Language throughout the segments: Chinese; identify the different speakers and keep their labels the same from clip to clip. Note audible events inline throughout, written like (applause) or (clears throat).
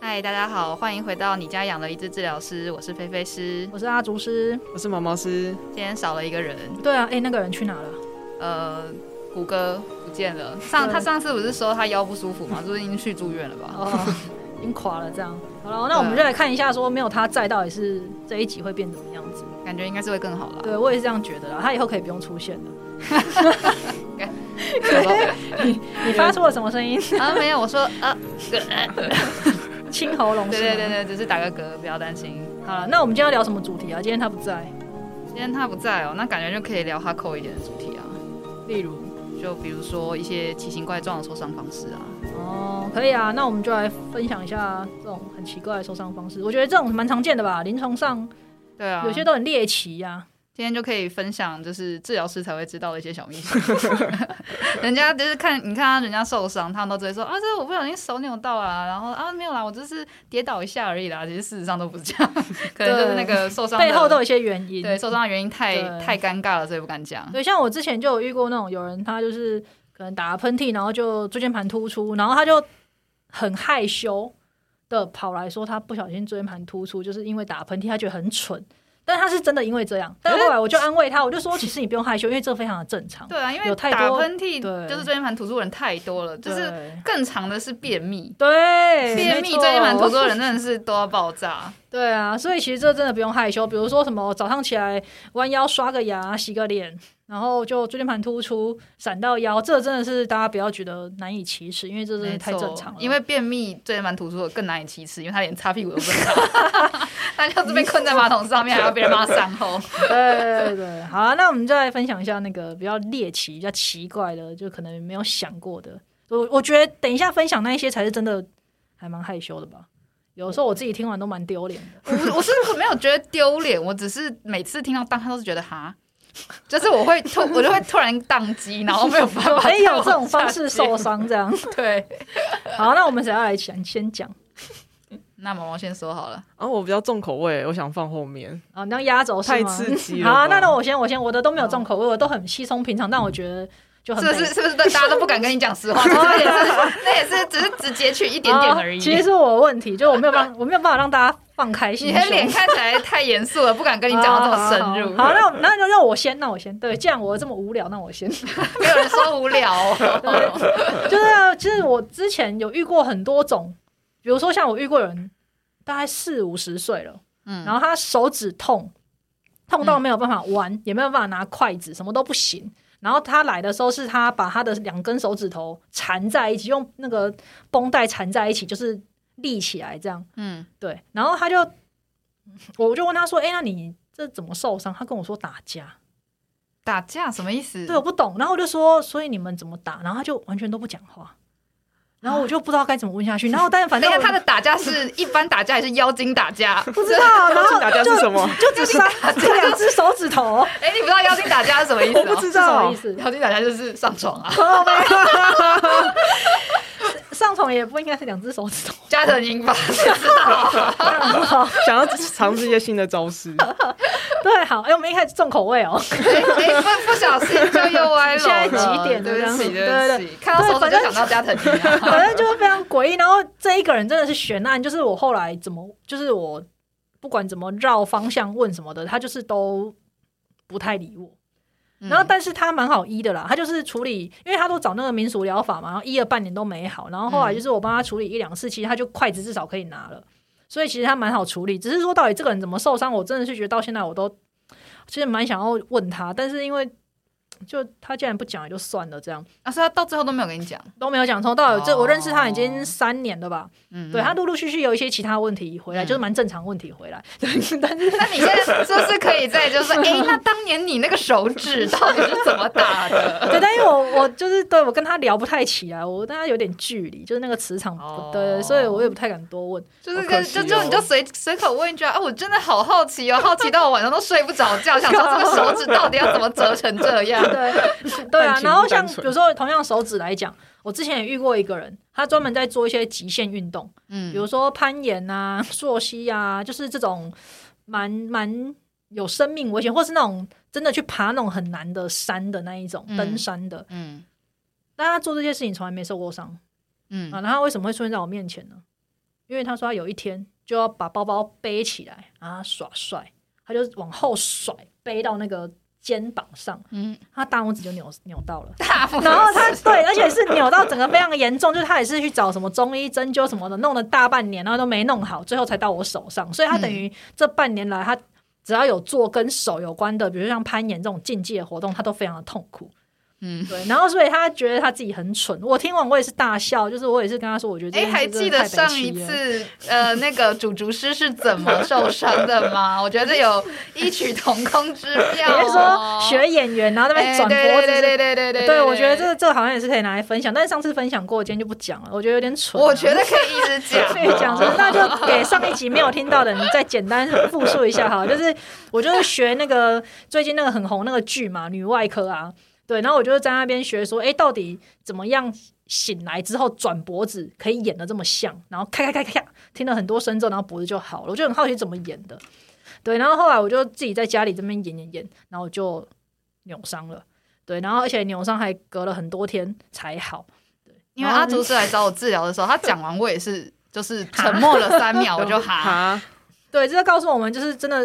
Speaker 1: 嗨，大家好，欢迎回到你家养了一只治疗师，我是菲菲师。
Speaker 2: 我是阿竹师。
Speaker 3: 我是毛毛师，
Speaker 1: 今天少了一个人，
Speaker 2: 对啊，哎、那个人去哪了？
Speaker 1: 呃，谷歌不见了。上
Speaker 2: 对
Speaker 1: 他上次不是说他腰不舒服吗？是不是已经去住院了吧？
Speaker 2: 哦， (laughs) 已经垮了这样。好了，那我们就来看一下，说没有他在，到底是这一集会变怎么样子？
Speaker 1: 感觉应该是会更好了。
Speaker 2: 对我也是这样觉得啦。他以后可以不用出现了。你发出了什么声音？
Speaker 1: (laughs) 啊，没有，我说啊，
Speaker 2: 清喉咙
Speaker 1: (laughs) 对
Speaker 2: 是吗
Speaker 1: 对对。对，只是打个嗝，不要担心。
Speaker 2: 好了，那我们今天要聊什么主题啊？今天他不在，
Speaker 1: 今天他不在哦，那感觉就可以聊哈扣一点的主题啊，
Speaker 2: 例如，
Speaker 1: 就比如说一些奇形怪状的受伤方式啊。
Speaker 2: 哦，可以啊。那我们就来分享一下这种很奇怪的受伤方式。我觉得这种蛮常见的吧，临床上
Speaker 1: 对啊，
Speaker 2: 有些都很猎奇啊呀、
Speaker 1: 今天就可以分享，就是治疗师才会知道的一些小秘辛。 (laughs) 人家就是看，你看他人家受伤，他们都直接说啊，这我不小心手扭到啦，然后啊没有啦，我就是跌倒一下而已啦。其实事实上都不是这样， (laughs) 可能就是那个受伤的
Speaker 2: 背后都有一些原因。
Speaker 1: 对受伤的原因太
Speaker 2: 对
Speaker 1: 太尴尬了，所以不敢讲。
Speaker 2: 对，像我之前就有遇过那种有人，他就是可能打了喷嚏，然后就椎间盘突出，然后他就很害羞的跑来说他不小心椎间盘突出，就是因为打喷嚏，他觉得很蠢。但他是真的因为这样，但后来我就安慰他，我就说其实你不用害羞，因为这非常的正常。
Speaker 1: 对啊，因为
Speaker 2: 有太
Speaker 1: 打
Speaker 2: 多
Speaker 1: 喷嚏
Speaker 2: 对
Speaker 1: 就是椎间盘突出人太多了，就是
Speaker 2: 对
Speaker 1: 更长的是便秘。
Speaker 2: 对
Speaker 1: 便秘、椎间盘突出的人真的是都要爆炸，
Speaker 2: 对啊，所以其实这真的不用害羞。比如说什么早上起来弯腰刷个牙、洗个脸，然后就椎间盘突出、闪到腰，这真的是大家不要觉得难以启齿，因为这真的太
Speaker 1: 没错
Speaker 2: 正常了。
Speaker 1: 因为便秘椎间盘突出的更难以启齿，因为他连擦屁股都不能擦， (laughs) 他就是被困在马桶上面，还要别人帮他善后。
Speaker 2: 对对对，好、啊，那我们再来分享一下那个比较猎奇、比较奇怪的，就可能没有想过的。我我觉得等一下分享那一些才是真的还蛮害羞的吧。有时候我自己听完都蛮丢脸 (laughs) 的。
Speaker 1: (laughs) 我我是没有觉得丢脸，我只是每次听到当下都是觉得哈。就是我会突，我就会突然宕机，然后没有办法再往下
Speaker 2: 哎，
Speaker 1: 接。
Speaker 2: 有这种方
Speaker 1: (laughs)
Speaker 2: 式受伤这 (laughs) 样。
Speaker 1: 对。
Speaker 2: 好，那我们谁要来讲？先讲
Speaker 1: 那毛毛先说好了，
Speaker 3: 然、后啊我比较重口味，我想放后面。
Speaker 2: 啊，你当压轴是
Speaker 3: 太
Speaker 2: 吗
Speaker 3: 刺激了
Speaker 2: 好啊，
Speaker 3: 吧
Speaker 2: 那那我先，我先，我的都没有重口味，我都很稀松平常，但我觉得就
Speaker 1: (laughs)
Speaker 2: 很
Speaker 1: 是不
Speaker 2: 悲
Speaker 1: 是是不是大家都不敢跟你讲实 (laughs) 话？那也是那也是只是只截取一点点而已。
Speaker 2: 哦其实是我的问题，就我没有办，我没有办法让大家放开心
Speaker 1: 你哦的
Speaker 2: 胸。
Speaker 1: 脸看起来太严肃了，不敢跟你讲到这么深入。嗯
Speaker 2: 好，好好那我那那那我先，那我先。对，既然我这么无聊，那我先。
Speaker 1: (laughs) 没有人说无聊、 (laughs) 哦。
Speaker 2: 就是啊其实我之前有遇过很多种，比如说像我遇过有人大概四五十岁了，
Speaker 1: 嗯
Speaker 2: 然后他手指痛，痛到没有办法弯，也没有办法拿筷子，什么都不行。然后他来的时候，是他把他的两根手指头缠在一起，用那个绷带缠在一起，就是立起来这样。
Speaker 1: 嗯，
Speaker 2: 对，然后他就，我就问他说：“哎、那你这怎么受伤？”他跟我说打架。
Speaker 1: 打架什么意思？
Speaker 2: 对，我不懂。然后我就说，所以你们怎么打？然后他就完全都不讲话，然后我就不知道该怎么问啊下去。然后但
Speaker 1: 反
Speaker 2: 反
Speaker 1: 正
Speaker 2: 正我
Speaker 1: 他的打架是一般打架还是妖精打
Speaker 2: (laughs)
Speaker 1: 架？
Speaker 2: 不知道，然后
Speaker 3: 打架是什么？
Speaker 2: 就只是这两只手指头，
Speaker 1: 哎、你不知道妖精打架是什么意思、
Speaker 3: 我
Speaker 1: 哦？
Speaker 3: 不知
Speaker 2: 是什么
Speaker 3: 道
Speaker 2: 意，思？
Speaker 1: 妖精打架就是上床啊，
Speaker 2: 上床也不应该是两只手指头，
Speaker 1: 加藤鹰吧。
Speaker 2: (laughs)
Speaker 3: 想要尝试一些新的招式。
Speaker 2: 对，好，哎、我们一开始重口味哦，
Speaker 1: 哎、哎不不小心就又歪了。
Speaker 2: 现在几点了
Speaker 1: 对不起，
Speaker 2: 这样
Speaker 1: 对不起，看到手指就想到加藤鹰、啊。
Speaker 2: 反正就是非常诡异。然后这一个人真的是悬案，就是我后来怎么，就是我不管怎么绕方向问什么的，他就是都不太理我。
Speaker 1: 嗯
Speaker 2: 然后，但是他蛮好医的啦，他就是处理，因为他都找那个民俗疗法嘛，然后医了半年都没好，然后后来
Speaker 1: 嗯
Speaker 2: 就是我帮他处理一两次，其实他就筷子至少可以拿了，所以其实他蛮好处理。只是说到底这个人怎么受伤，我真的是觉得到现在我都其实蛮想要问他，但是因为就他竟然不讲也就算了，这样
Speaker 1: 啊，所以他到最后都没有跟你讲。
Speaker 2: 都没有讲。从头到底这
Speaker 1: 哦
Speaker 2: 我认识他已经三年了吧，
Speaker 1: 嗯，
Speaker 2: 对他陆陆续续有一些其他问题回来，
Speaker 1: 嗯
Speaker 2: 就是蛮正常问题回来， (laughs) 对，但是。
Speaker 1: 那你现在是不是可以再
Speaker 2: (laughs)
Speaker 1: 就是，哎、那当年你那个手指到底是怎么打的？
Speaker 2: (laughs) 对，但因为我我就是对我跟他聊不太起来，我跟他有点距离，就是那个磁场
Speaker 1: 哦
Speaker 2: 不对，所以我也不太敢多问。
Speaker 1: 就是
Speaker 3: 好
Speaker 1: 跟
Speaker 3: 可
Speaker 1: 就
Speaker 3: 惜
Speaker 1: 就
Speaker 3: 哦
Speaker 1: 你就随随口问一句啊，啊我真的好好奇哦，好奇到我晚上都睡不着觉，想说这个手指到底要怎么折成这
Speaker 2: (laughs)
Speaker 1: 样？
Speaker 2: 对对啊，
Speaker 3: 情
Speaker 2: 然后
Speaker 3: 不
Speaker 2: 像
Speaker 3: 单
Speaker 2: 比
Speaker 3: 纯
Speaker 2: 如说同样手指来讲，我之前也遇过一个人，他专门在做一些极限运动，
Speaker 1: 嗯
Speaker 2: 比如说攀岩啊、 (laughs) 溯溪啊，就是这种蛮蛮有生命危险，或是那种真的去爬那种很难的山的那一种
Speaker 1: 嗯
Speaker 2: 登山的。
Speaker 1: 嗯
Speaker 2: 但他做这些事情从来没受过伤
Speaker 1: 嗯
Speaker 2: 啊啊，那他为什么会出现在我面前呢？因为他说他有一天就要把包包背起来啊，耍帅，他就往后甩，背到那个肩膀上，
Speaker 1: 嗯，
Speaker 2: 他大拇指就扭扭到了。 (laughs)
Speaker 1: 大部分
Speaker 2: 然后他
Speaker 1: 是
Speaker 2: 对，而且是扭到整个非常严重，就是他也是去找什么中医针灸什么的，弄了大半年，然后都没弄好，最后才到我手上。所以他等于这半年来，他只要有做跟手有关的，比如像攀岩这种竞技的活动，他都非常的痛苦。
Speaker 1: 嗯，
Speaker 2: 对，然后所以他觉得他自己很蠢。我听完我也是大笑，就是我也是跟他说，我觉得这
Speaker 1: 哎，
Speaker 2: 件事
Speaker 1: 还
Speaker 2: 真
Speaker 1: 记
Speaker 2: 的
Speaker 1: 得
Speaker 2: 太
Speaker 1: 上
Speaker 2: 白痴
Speaker 1: 一
Speaker 2: 了
Speaker 1: 次呃那个主厨师是怎么受伤的吗？我觉得有异曲同工
Speaker 2: (laughs)
Speaker 1: 之妙哦。
Speaker 2: 也就是说学演员，然后在那边
Speaker 1: 哎
Speaker 2: 转
Speaker 1: 对
Speaker 2: 脖子
Speaker 1: 对
Speaker 2: 是。
Speaker 1: 对对对对
Speaker 2: 对，我觉得这这好像也是可以拿来分享，但是上次分享过，今天就不讲了。我觉得有点蠢啊、
Speaker 1: 我觉得可以一直
Speaker 2: (laughs)
Speaker 1: 讲，
Speaker 2: 所以讲真的，那就给上一集没有听到的人再简单复述一下哈。就是我就是学那个最近那个很红那个剧嘛，《女外科》啊，对，然后我就在那边学说，哎，到底怎么样醒来之后转脖子可以演的这么像，然后咔咔咔咔咔，听了很多声之后，然后脖子就好了。我就很好奇怎么演的，对，然后后来我就自己在家里这边演演演，然后我就扭伤了。对，然后而且扭伤还隔了很多天才好，
Speaker 1: 因为阿竹是来找我治疗的时候，他讲完我也是就是沉默了三
Speaker 2: (laughs)
Speaker 1: 秒，我就哈。
Speaker 3: 哈，
Speaker 2: 对，这个告诉我们，就是真的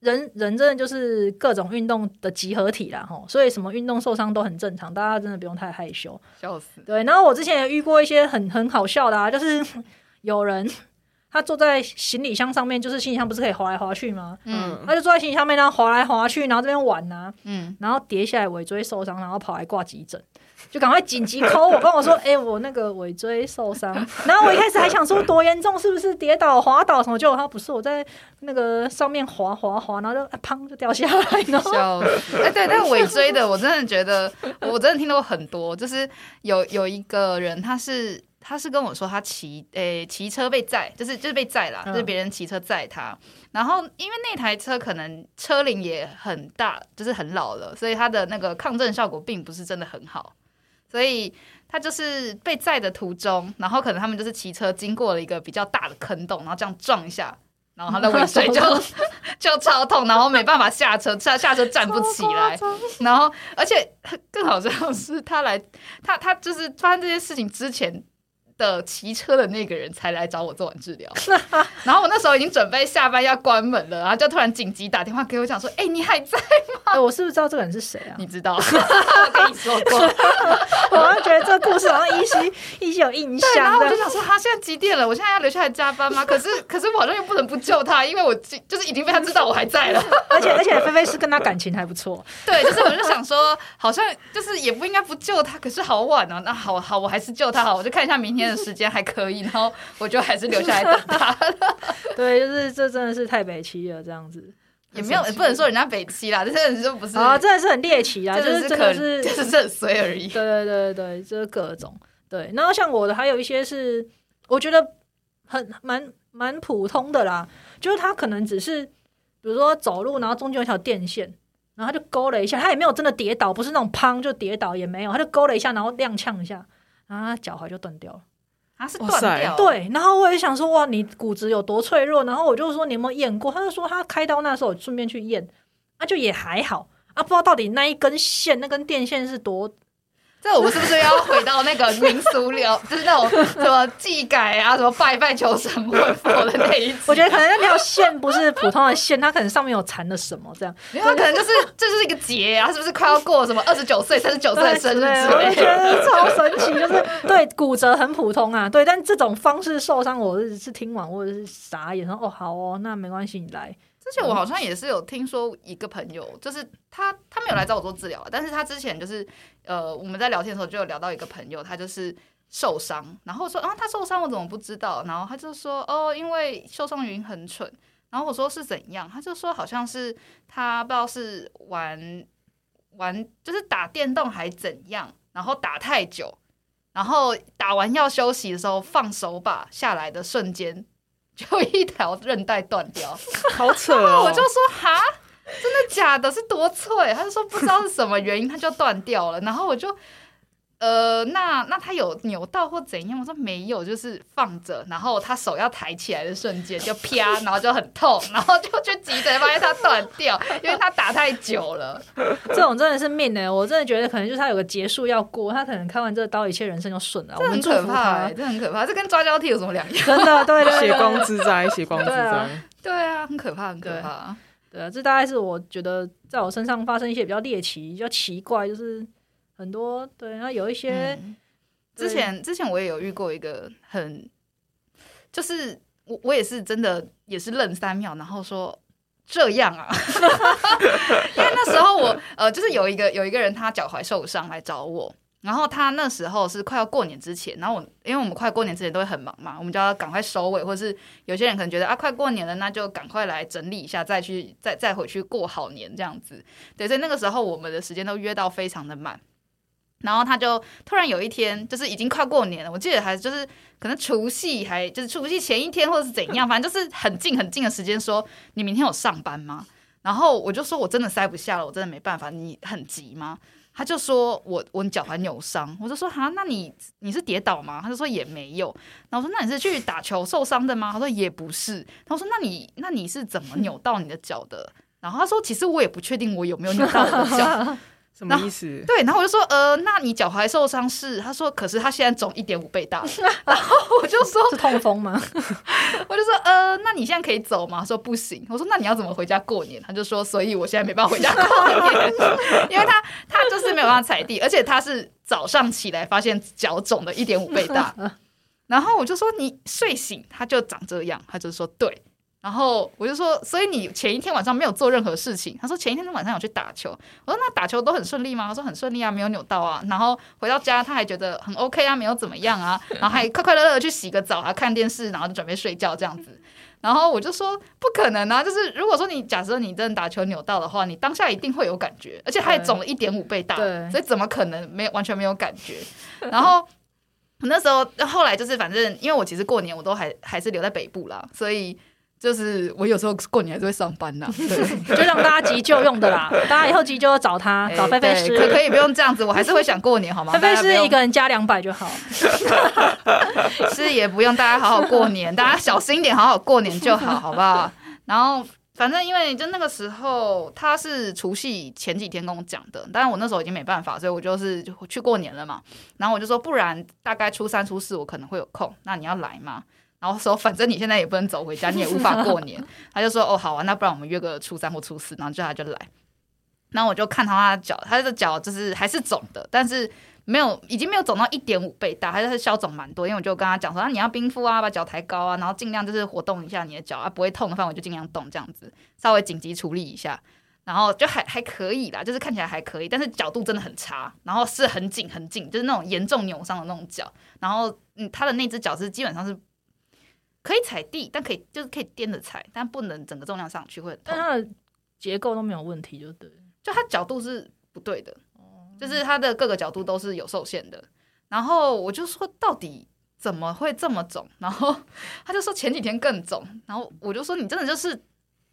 Speaker 2: 人人真的就是各种运动的集合体啦，吼，所以什么运动受伤都很正常，大家真的不用太害羞。
Speaker 1: 笑死！
Speaker 2: 对，然后我之前也遇过一些很很好笑的啊，就是 (laughs) 有人他坐在行李箱上面，就是行李箱不是可以滑来滑去吗？
Speaker 1: 嗯
Speaker 3: 嗯，
Speaker 2: 他就坐在行李箱上面，然后滑来滑去，然后这边玩啊呐、
Speaker 1: 嗯，
Speaker 2: 然后跌下来尾椎受伤，然后跑来挂急诊，就赶快紧急 call 我，跟我说，哎、我那个尾椎受伤。然后我一开始还想说多严重，是不是跌倒、滑倒什么？结果他不是，我在那个上面滑滑滑，然后就、啊、砰就掉下来，然
Speaker 1: (laughs)
Speaker 2: 后
Speaker 1: 笑死！哎，对，但尾椎的，我真的觉得，我真的听到很多，就是有有一个人，他是他是跟我说，他骑诶骑车被载，就是就是被载啦，
Speaker 2: 嗯
Speaker 1: 就是别人骑车载他。然后因为那台车可能车龄也很大，就是很老了，所以它的那个抗震效果并不是真的很好，所以他就是被载的途中，然后可能他们就是骑车经过了一个比较大的坑洞，然后这样撞一下，然后他的尾椎 (laughs) 就就超痛，然后没办法下车， (laughs) 下下车站不起来，然后而且更好笑的是，他来他他就是发生这些事情之前。的骑车的那个人才来找我做完治疗， (laughs) 然后我那时候已经准备下班要关门了，然后就突然紧急打电话给我讲说：“哎、你还在？ (laughs)
Speaker 2: 哎、我是不是知道这个人是谁啊？
Speaker 1: 你知道？我跟你说过。”
Speaker 2: 我好像觉得这个故事好像依稀依稀有印
Speaker 1: (laughs) 对，然
Speaker 2: 象
Speaker 1: 后我
Speaker 2: 的
Speaker 1: 就。想说，他现在几点了？我现在要留下来加班吗？可是， (laughs) 可是我好像又不能不救他，因为我就就是已经被他知道我还在了。
Speaker 2: 而且而且菲菲是跟他感情还不错，
Speaker 1: (laughs) 对，就是我就想说，好像就是也不应该不救他，可是好晚啊。那好好，我还是救他好，我就看一下明天的时间还可以，然后我就还是留下来
Speaker 2: (laughs)
Speaker 1: 等他。
Speaker 2: 对，就是这真的是太北戚了，这样子
Speaker 1: 也没有，也不能说人家北七啦，这真的就不是，
Speaker 2: 啊，真的是很猎奇啊，就
Speaker 1: 真的
Speaker 2: 是真
Speaker 1: 可
Speaker 2: 的是
Speaker 1: 就是很衰而
Speaker 2: (laughs)
Speaker 1: 已。
Speaker 2: 对对对对，就是各种对。然后像我的还有一些是，我觉得很蛮蛮普通的啦，就是他可能只是比如说走路，然后中间有一条电线，然后他就勾了一下，他也没有真的跌倒，不是那种砰就跌倒也没有，他就勾了一下，然后踉跄一下。然后他脚踝就断掉了，
Speaker 1: 啊，是
Speaker 3: 哇
Speaker 1: 断
Speaker 3: 塞
Speaker 1: 掉，，
Speaker 2: 对。然后我也想说，哇，你骨质有多脆弱？然后我就说你有没有验过？他就说他开刀那时候我顺便去验，啊，就也还好啊，不知道到底那一根线、那根电线是多
Speaker 1: 这我们是不是要回到那个民俗疗， (laughs) 就是那种什么祭改啊，什么拜拜求神问佛的那一集？
Speaker 2: 我觉得可能那条线不是普通的线，它可能上面有缠了什么这样。
Speaker 1: 没有，他可能就是这就是一个节啊，他是不是快要过什么二十九岁、三十九岁的生日
Speaker 2: 对
Speaker 1: 之
Speaker 2: 我
Speaker 1: 类
Speaker 2: 就觉
Speaker 1: 的？
Speaker 2: 得超神奇，就是对骨折很普通啊，对，但这种方式受伤，我是是听完我者是傻眼，说哦好哦，那没关系，你来。
Speaker 1: 之前我好像也是有听说一个朋友，就是他他没有来找我做治疗啊，但是他之前就是呃我们在聊天的时候就有聊到一个朋友，他就是。受伤，然后说啊，他受伤我怎么不知道？然后他就说哦，因为受伤原因很蠢。然后我说是怎样？他就说好像是他不知道是玩玩，就是打电动还怎样，然后打太久，然后打完要休息的时候放手把下来的瞬间，就一条韧带断掉。
Speaker 3: 好扯
Speaker 1: 那
Speaker 3: 哦！
Speaker 1: (laughs) 我就说哈，真的假的？是多脆？他就说不知道是什么原因，他就断掉了。然后我就呃，那那他有扭到或怎样？我说没有，就是放着，然后他手要抬起来的瞬间就啪，然后就很痛，然后就去急诊，发现它断掉，因为他打太久了。
Speaker 2: 这种真的是命哎、我真的觉得可能就是他有个结束要过，他可能看完这个刀，一切人生就顺
Speaker 1: (laughs)
Speaker 2: 了。我
Speaker 1: 这
Speaker 2: 们
Speaker 1: 很
Speaker 2: 祝
Speaker 1: 可
Speaker 2: 福
Speaker 1: 怕、
Speaker 2: 他
Speaker 1: 欸，，这很可怕，这跟抓交替有什么两样？
Speaker 2: 真的对对
Speaker 3: 血
Speaker 2: 对
Speaker 3: 光 (laughs) 之灾，血光之
Speaker 2: 对啊
Speaker 3: 灾。
Speaker 1: 对啊，很可怕，很可
Speaker 2: 对
Speaker 1: 怕。
Speaker 2: 对啊，这大概是我觉得在我身上发生一些比较猎奇、比较奇怪，就是很多对，然后有一些、
Speaker 1: 嗯
Speaker 2: 对
Speaker 1: 之前之前我也有遇过一个很，就是我我也是真的也是愣三秒，然后说。这样啊， (laughs) 因为那时候我呃，就是有一个有一个人他脚踝受伤来找我，然后他那时候是快要过年之前，然后我因为我们快过年之前都会很忙嘛，我们就要赶快收尾，或是有些人可能觉得啊快过年了，那就赶快来整理一下，再去再再回去过好年这样子。对，所以那个时候我们的时间都约到非常的满，然后他就突然有一天，就是已经快过年了，我记得还就是可能除夕还就是除夕前一天或者是怎样，反正就是很近很近的时间说，你明天有上班吗？然后我就说我真的塞不下了，我真的没办法，你很急吗？他就说我我脚踝扭伤，我就说哈，那你你是跌倒吗？他就说也没有，然后我说那你是去打球受伤的吗？他说也不是，他说那你那你是怎么扭到你的脚的？然后他说其实我也不确定我有没有扭到我的脚，
Speaker 3: 什么意思？
Speaker 1: (laughs) 对，然后我就说，呃，那你脚踝受伤是？他说，可是他现在肿一点五倍大了。 (laughs) 然后我就说，
Speaker 2: 是痛风吗？
Speaker 1: 我就说，呃，那你现在可以走吗？他说不行。我说，那你要怎么回家过年？他就说，所以我现在没办法回家过年， (laughs) 因为他他就是没有办法踩地，而且他是早上起来发现脚肿了一点五倍大。然后我就说，你睡醒他就长这样，他就说对。然后我就说，所以你前一天晚上没有做任何事情。他说前一天晚上有去打球，我说那打球都很顺利吗？他说很顺利啊，没有扭到啊。然后回到家他还觉得很 OK 啊，没有怎么样啊，然后还快快乐乐的去洗个澡啊，看电视，然后就准备睡觉这样子。然后我就说不可能啊，就是如果说你假设你真的打球扭到的话，你当下一定会有感觉，而且它也肿了一点五倍大
Speaker 2: 对，
Speaker 1: 所以怎么可能没有完全没有感觉？ (laughs) 然后。那时候，后来就是反正，因为我其实过年我都还还是留在北部啦，所以就是我有时候过年还是会上班呐、对，
Speaker 2: 就让大家急救用的啦，大家以后急救要找他，
Speaker 1: 哎
Speaker 2: 找菲菲
Speaker 1: 对可
Speaker 2: 师。
Speaker 1: 可以不用这样子，我还是会想过年
Speaker 2: (laughs)
Speaker 1: 好吗？
Speaker 2: 菲菲
Speaker 1: 大家不
Speaker 2: 师
Speaker 1: 用
Speaker 2: 一个人加两百就好，
Speaker 1: (laughs) 是也不用大家好好过年， (laughs) 大家小心一点，好好过年就好，好不好？然后反正因为就那个时候他是除夕前几天跟我讲的，但是我那时候已经没办法，所以我就是去过年了嘛。然后我就说，不然大概初三、初四我可能会有空，那你要来吗？然后说，反正你现在也不能走回家，你也无法过年。他就说，哦，好啊，那不然我们约个初三或初四，然后就他就来。然后我就看到他的脚，他的脚就是还是肿的，但是没有，已经没有肿到一点五倍大，还是消肿蛮多。因为我就跟他讲说，啊，你要冰敷啊，把脚抬高啊，然后尽量就是活动一下你的脚啊，不会痛的范围就尽量动，这样子稍微紧急处理一下。然后就还还可以啦，就是看起来还可以，但是角度真的很差，然后是很紧很紧，就是那种严重扭伤的那种脚。然后嗯，他的那只脚是基本上是可以踩地，但可以就是可以颠着踩，但不能整个重量上去会很痛
Speaker 2: 但。他的结构都没有问题，就对。
Speaker 1: 就它角度是不对的，就是它的各个角度都是有受限的。然后我就说，到底怎么会这么肿？然后他就说前几天更肿，然后我就说你真的就是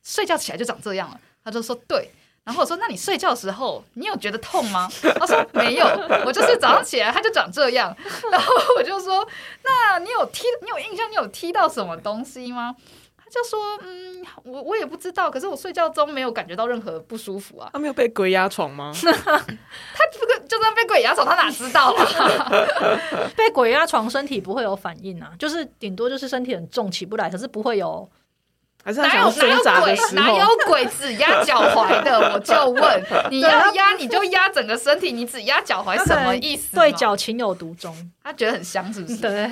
Speaker 1: 睡觉起来就长这样了。他就说对。然后我说：“那你睡觉的时候，你有觉得痛吗？”他说：“没有，我就是早上起来它就长这样。”然后我就说：“那你有踢？你有印象？你有踢到什么东西吗？”他就说：“嗯，我我也不知道，可是我睡觉中没有感觉到任何不舒服啊。”
Speaker 3: 他没有被鬼压床吗？
Speaker 1: 这个就算被鬼压床，他哪知道啊啦？
Speaker 2: 被鬼压床，身体不会有反应啊，就是顶多就是身体很重起不来，可是不会有
Speaker 3: 还 (laughs) 是他
Speaker 1: 哪
Speaker 3: 想
Speaker 1: 有
Speaker 3: 要
Speaker 1: 哪有
Speaker 3: 挣扎的
Speaker 1: 鬼
Speaker 3: 时
Speaker 1: 哪
Speaker 3: 候
Speaker 1: 有？鬼只压脚踝
Speaker 3: (laughs)
Speaker 1: 的？我就问，你要压你就压整个身体，你只压脚踝什么意思？
Speaker 2: 对，脚情有独
Speaker 1: (laughs)
Speaker 2: 钟。
Speaker 1: 他觉得很香是不是？
Speaker 2: (laughs) 对，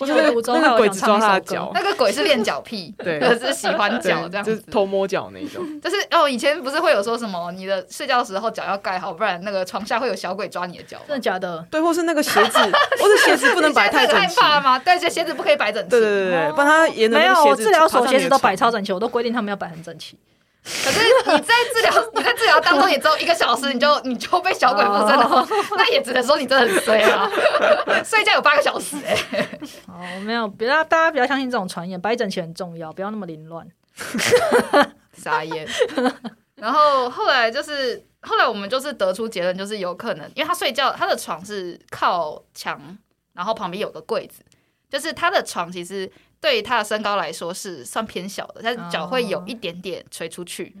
Speaker 3: 我
Speaker 2: 情
Speaker 3: 觉得
Speaker 2: 有独钟。
Speaker 3: 那个
Speaker 2: 害我
Speaker 3: 鬼
Speaker 2: 想
Speaker 3: 子
Speaker 2: 唱一首
Speaker 3: 抓他的
Speaker 2: 歌
Speaker 3: 脚，
Speaker 1: 那个鬼是练脚癖，
Speaker 3: (laughs) 对
Speaker 1: 就是喜欢脚
Speaker 3: 对，
Speaker 1: 这样
Speaker 3: 就
Speaker 1: 子
Speaker 3: 是。偷摸脚那种。
Speaker 1: 就是哦，以前不是会有说什么，你的睡觉的时候脚要盖好，不然那个床下会有小鬼抓你的脚吗。
Speaker 2: 真的假的？
Speaker 3: 对，或是那个鞋子，或是鞋子不能摆
Speaker 1: 你现在
Speaker 3: 太
Speaker 1: 是
Speaker 3: 整
Speaker 1: 害
Speaker 3: 齐。
Speaker 1: 怕吗？但是鞋子不可以摆整齐。
Speaker 3: 对对对对
Speaker 2: 哦
Speaker 3: 对，不然他沿着
Speaker 2: 没
Speaker 3: 那
Speaker 2: 有，
Speaker 3: 个
Speaker 2: 我
Speaker 3: 鞋子
Speaker 2: 治疗所
Speaker 3: 爬上
Speaker 2: 鞋
Speaker 3: 你
Speaker 2: 子
Speaker 3: 的
Speaker 2: 都摆
Speaker 3: 床
Speaker 2: 超整齐，我都规定他们要摆很整齐。
Speaker 1: 可是你在治疗，你在治疗当中，你只有一个小时，你就你就被小鬼附身了， (laughs) 那也只能说你真的很衰啊！ (laughs) 睡觉有八个小时、欸，
Speaker 2: 哦，没有，不要大家不要相信这种传言，摆整齐很重要，不要那么凌乱。
Speaker 1: (laughs) 傻眼。然后后来就是后来我们就是得出结论，就是有可能，因为他睡觉，他的床是靠墙，然后旁边有个柜子，就是他的床其实对于他的身高来说是算偏小的，但是脚会有一点点垂出去，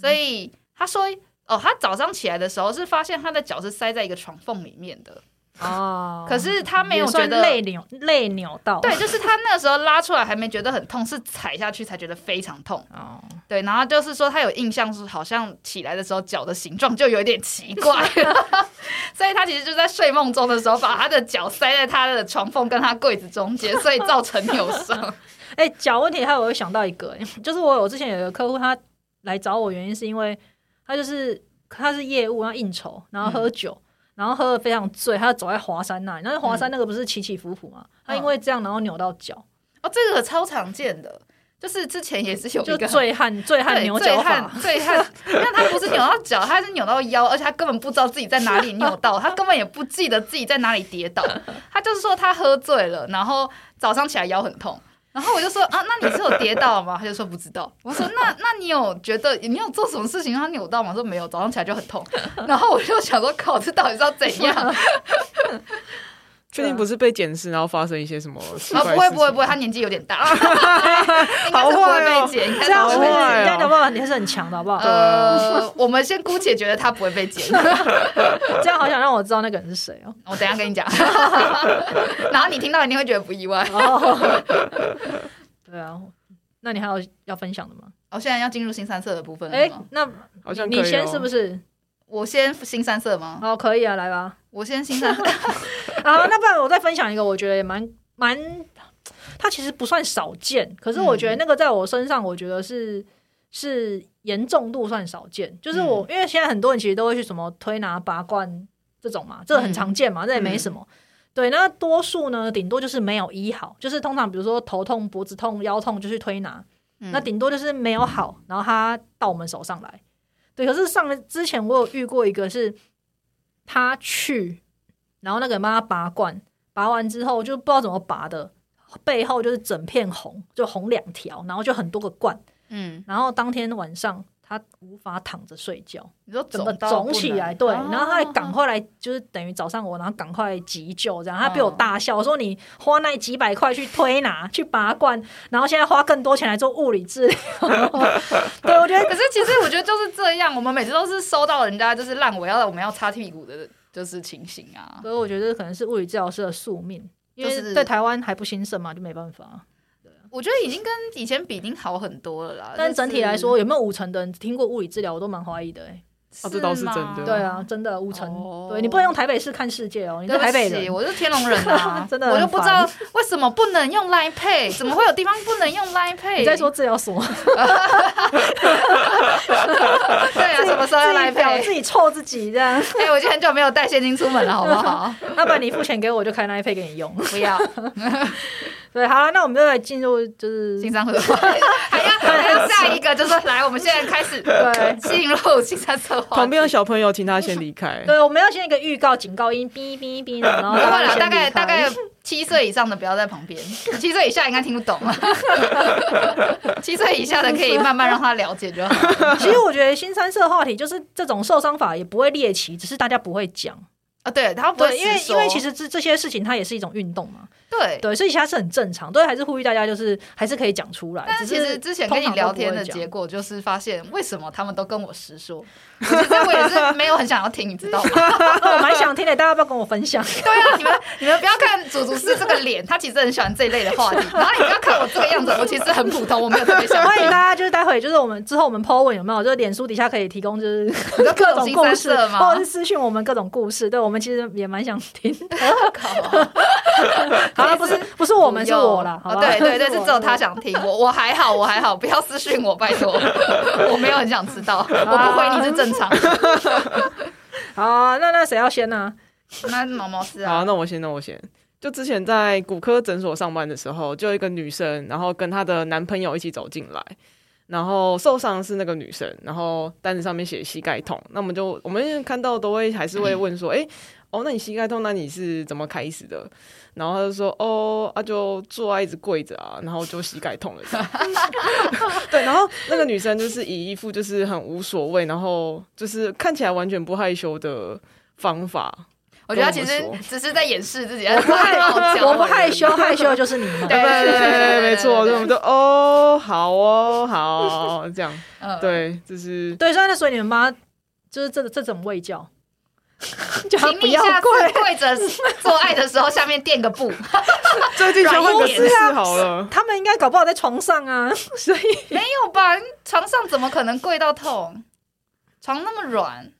Speaker 1: 所以他说，哦，他早上起来的时候是发现他的脚是塞在一个床缝里面的，
Speaker 2: 哦
Speaker 1: 可是他没有
Speaker 2: 也算
Speaker 1: 觉得
Speaker 2: 累哦扭累扭到，
Speaker 1: 对，就是他那个时候拉出来还没觉得很痛，是踩下去才觉得非常痛。
Speaker 2: 哦，
Speaker 1: 对，然后就是说他有印象是好像起来的时候脚的形状就有点奇 (laughs) 怪，所以他其实就在睡梦中的时候把他的脚塞在他的床缝跟他柜子中间，所以造成扭伤。
Speaker 2: 哎、脚问题还有我想到一个，就是我有之前有一个客户，他来找我原因是因为他就是他是业务，然后应酬，然后
Speaker 1: 嗯
Speaker 2: 喝酒，然后喝的非常醉，他走在华山那里，然后华
Speaker 1: 嗯
Speaker 2: 山那个不是起起伏伏嘛，他因为这样然后扭到脚，
Speaker 1: (laughs) 哦，这个超常见的，就是之前也是有
Speaker 2: 就
Speaker 1: 一个。
Speaker 2: 醉汉醉汉
Speaker 1: 对
Speaker 2: 扭
Speaker 1: 醉
Speaker 2: 脚
Speaker 1: 汉
Speaker 2: 法，，
Speaker 1: 醉汉，那他不是扭到脚，他是扭到腰，而且他根本不知道自己在哪里扭到，他根本也不记得自己在哪里跌倒。他就是说他喝醉了，然后早上起来腰很痛。然后我就说啊，那你是有跌倒吗？他就说不知道。我说那那你有觉得你有做什么事情让他扭到吗？他说没有，早上起来就很痛。然后我就想说，靠，这到底是要怎样？啊，
Speaker 3: 确定不是被检视，然后发生一些什么奇怪的
Speaker 1: 啊
Speaker 3: 事情？
Speaker 1: 不会不会不会，他年纪有点大，应该是不会被剪，应该
Speaker 2: 这
Speaker 1: 是
Speaker 2: 样
Speaker 1: 不
Speaker 2: 子
Speaker 1: 会被剪
Speaker 3: 好坏哦
Speaker 2: 这样搞不好你还是很强的好不好？
Speaker 1: 呃，我们先姑且觉得他不会被剪。
Speaker 2: (laughs) 这样好想让我知道那个人是谁哦。
Speaker 1: 我等一下
Speaker 2: (laughs)
Speaker 1: 跟你讲，然后你听到一定会觉得不意外。
Speaker 2: 哦，对啊，那你还有要分享的吗？
Speaker 1: 我、哦现在要进入新三色的部分了
Speaker 2: 哎、
Speaker 1: 吗
Speaker 2: 那
Speaker 3: 好像哦
Speaker 2: 你先是不
Speaker 3: 是？
Speaker 2: 是？
Speaker 1: 我先新三色
Speaker 3: 嗯
Speaker 1: 吗？
Speaker 2: 哦，可以啊，来吧。
Speaker 1: 我先新
Speaker 2: (laughs)
Speaker 1: 三色，
Speaker 2: 好，那不然我再分享一个，我觉得也蛮蛮，它其实不算少见，可是我觉得那个在我身上，我觉得是、是严重度算少见。就是我、因为现在很多人其实都会去什么推拿、拔罐这种嘛，这个很常见嘛，这也没什么。对，那多数呢，顶多就是没有医好，就是通常比如说头痛、脖子痛、腰痛就去推拿，
Speaker 1: 嗯
Speaker 2: 那顶多就是没有好，然后它到我们手上来。对，可是上了之前我有遇过一个是，他去，然后那个人帮他拔罐，拔完之后就不知道怎么拔的，背后就是整片红，就红两条，然后就很多个罐，
Speaker 1: 嗯，
Speaker 2: 然后当天晚上他无法躺着睡觉，
Speaker 1: 你说
Speaker 2: 整个
Speaker 1: 到不能啊哦
Speaker 2: 肿起来，对，然后他还赶快来，就是等于找上我，然后赶快急救，这样他被
Speaker 1: 哦
Speaker 2: 我大笑，说你花那几百块去推拿、去拔罐，然后现在花更多钱来做物理治
Speaker 1: (laughs)
Speaker 2: 疗，对我觉得
Speaker 1: 可是其实我觉得就是这样，我们每次都是收到人家就是烂尾要我们要擦屁股的，就是情形啊。
Speaker 2: 所以我觉得可能是物理治疗师的宿命，因
Speaker 1: 就
Speaker 2: 为
Speaker 1: 是
Speaker 2: 在台湾还不兴盛嘛，就没办法。
Speaker 1: 我觉得已经跟以前比已经好很多了啦。
Speaker 2: 但整体来说，有没有五成的人听过物理治疗，我都蛮怀疑的、欸。
Speaker 1: 就是，
Speaker 3: 哦这倒是
Speaker 1: 吗
Speaker 3: 真的
Speaker 2: 对啊，真的五成，
Speaker 1: 哦
Speaker 2: 对你不能用台北市看世界哦，你
Speaker 1: 对
Speaker 2: 是
Speaker 1: 不
Speaker 2: 台北
Speaker 1: 起
Speaker 2: 人。
Speaker 1: 我是天龙人啊
Speaker 2: (laughs) ，真的很
Speaker 1: 我就不知
Speaker 2: 烦
Speaker 1: 道为什么不能用 Line Pay，怎么会有地方不能用 Line Pay？
Speaker 2: 你在说治
Speaker 1: (laughs)
Speaker 2: 疗所，
Speaker 1: 对啊，什么时候要 Line
Speaker 2: 自己表
Speaker 1: Pay？
Speaker 2: 自己臭自己这样。
Speaker 1: 哎、我已经很久没有带现金出门了，好不 (laughs) 好？
Speaker 2: (laughs) 那不然你付钱给我，我就开那一配给你用。 (laughs)
Speaker 1: 不要，
Speaker 2: 对，好了，那我们就来进入就是
Speaker 1: 新三合话，还要还要下一个，就说来，我们现在开始
Speaker 2: 对
Speaker 1: 进入新三策划。
Speaker 3: 旁边的小朋友，请他先离开。
Speaker 2: 对，我们要先一个预告警告音，哔哔
Speaker 1: (laughs)
Speaker 2: 哔，然后
Speaker 1: 不会
Speaker 2: 大家
Speaker 1: 了，
Speaker 2: 先
Speaker 1: 大概
Speaker 2: 离开
Speaker 1: 大概七岁以上的不要在旁边，七岁以下应该听不 (laughs) 懂了。啊七岁以下的可以慢慢让他了解就
Speaker 2: (laughs)
Speaker 1: 好。
Speaker 2: (laughs) 其实我觉得新三色话题就是这种受伤法也不会猎奇，只是大家不会讲。
Speaker 1: 啊，对，他不会
Speaker 2: 对，因为
Speaker 1: 直
Speaker 2: 因
Speaker 1: 说
Speaker 2: 为其实这这些事情它也是一种运动嘛，
Speaker 1: 对，
Speaker 2: 对，所以它是很正常。对，还是呼吁大家就是还是可以讲出来。
Speaker 1: 但是
Speaker 2: 只
Speaker 1: 其实之前跟你聊天的结
Speaker 2: 果，
Speaker 1: 果就是发现，为什么他们都跟我实说？其实我也是没有很想要听，你知道吗？
Speaker 2: 啊我蛮想听的，大家要不要跟我分
Speaker 1: (laughs)
Speaker 2: 享？ (laughs)
Speaker 1: 对啊，你们你们不要看祖祖是这个脸，他其实很喜欢这一类的话题。然后你不要看我这个样子，我其实很普通，我没有特别 (laughs) 想
Speaker 2: 欢迎大
Speaker 1: 听。
Speaker 2: 家就是待会就是我们之后我们 po 文有没有？就是脸书底下可以提供就是各种
Speaker 1: 新
Speaker 2: 故
Speaker 1: 三 (laughs)
Speaker 2: 事，
Speaker 1: 色
Speaker 2: 或
Speaker 1: 吗
Speaker 2: 者是？私讯我们各种故事。对我们其实也蛮想听。
Speaker 1: 哦靠
Speaker 2: 好了，不是不是我们是我啦，好
Speaker 1: 哦
Speaker 2: 吧？
Speaker 1: 对对对，
Speaker 2: 我
Speaker 1: 是只有他。想听。我我还好，我还好，不要私讯我，拜 (laughs) 托。我没有很想知道，我不回你是正常。
Speaker 2: 好啊，那那谁要先呢？
Speaker 1: 那毛毛是
Speaker 3: 好，
Speaker 1: 啊，
Speaker 3: 那我先，那我先。就之前在骨科诊所上班的时候，就有一个女生，然后跟她的男朋友一起走进来，然后受伤是那个女生，然后单子上面写膝盖痛。那我们就我们看到都会还是会问说，诶，哦，那你膝盖痛，那你是怎么开始的？然后他就说，哦，啊就坐啊，一直跪着啊，然后就膝盖痛了这样。 (laughs) 对，然后那个女生就是以一副就是很无所谓，然后就是看起来完全不害羞的方法。
Speaker 1: 我觉得他其
Speaker 3: 跟
Speaker 1: 实
Speaker 3: 我们
Speaker 1: 只是在掩饰自己，我不害
Speaker 2: 我不害羞，害羞的就是你们。
Speaker 1: 对
Speaker 3: 对对对，没错，所以
Speaker 1: 对
Speaker 3: 我们就哦，好哦，好这样，
Speaker 1: 嗯，
Speaker 3: 对，就是
Speaker 2: 对，所以那所以你们妈就是这这种
Speaker 1: (laughs)
Speaker 2: 喂教，叫她
Speaker 1: 请
Speaker 2: 不
Speaker 1: 你
Speaker 2: 要
Speaker 1: 下次
Speaker 2: 跪。
Speaker 1: 跪着做爱的时候，下面垫个布，
Speaker 3: 最近先换个
Speaker 1: 软硬
Speaker 3: 姿势好了。
Speaker 2: 他们应该搞不好在床上啊， (laughs) 所以
Speaker 1: (laughs) 没有吧？床上怎么可能跪到痛？床那么软，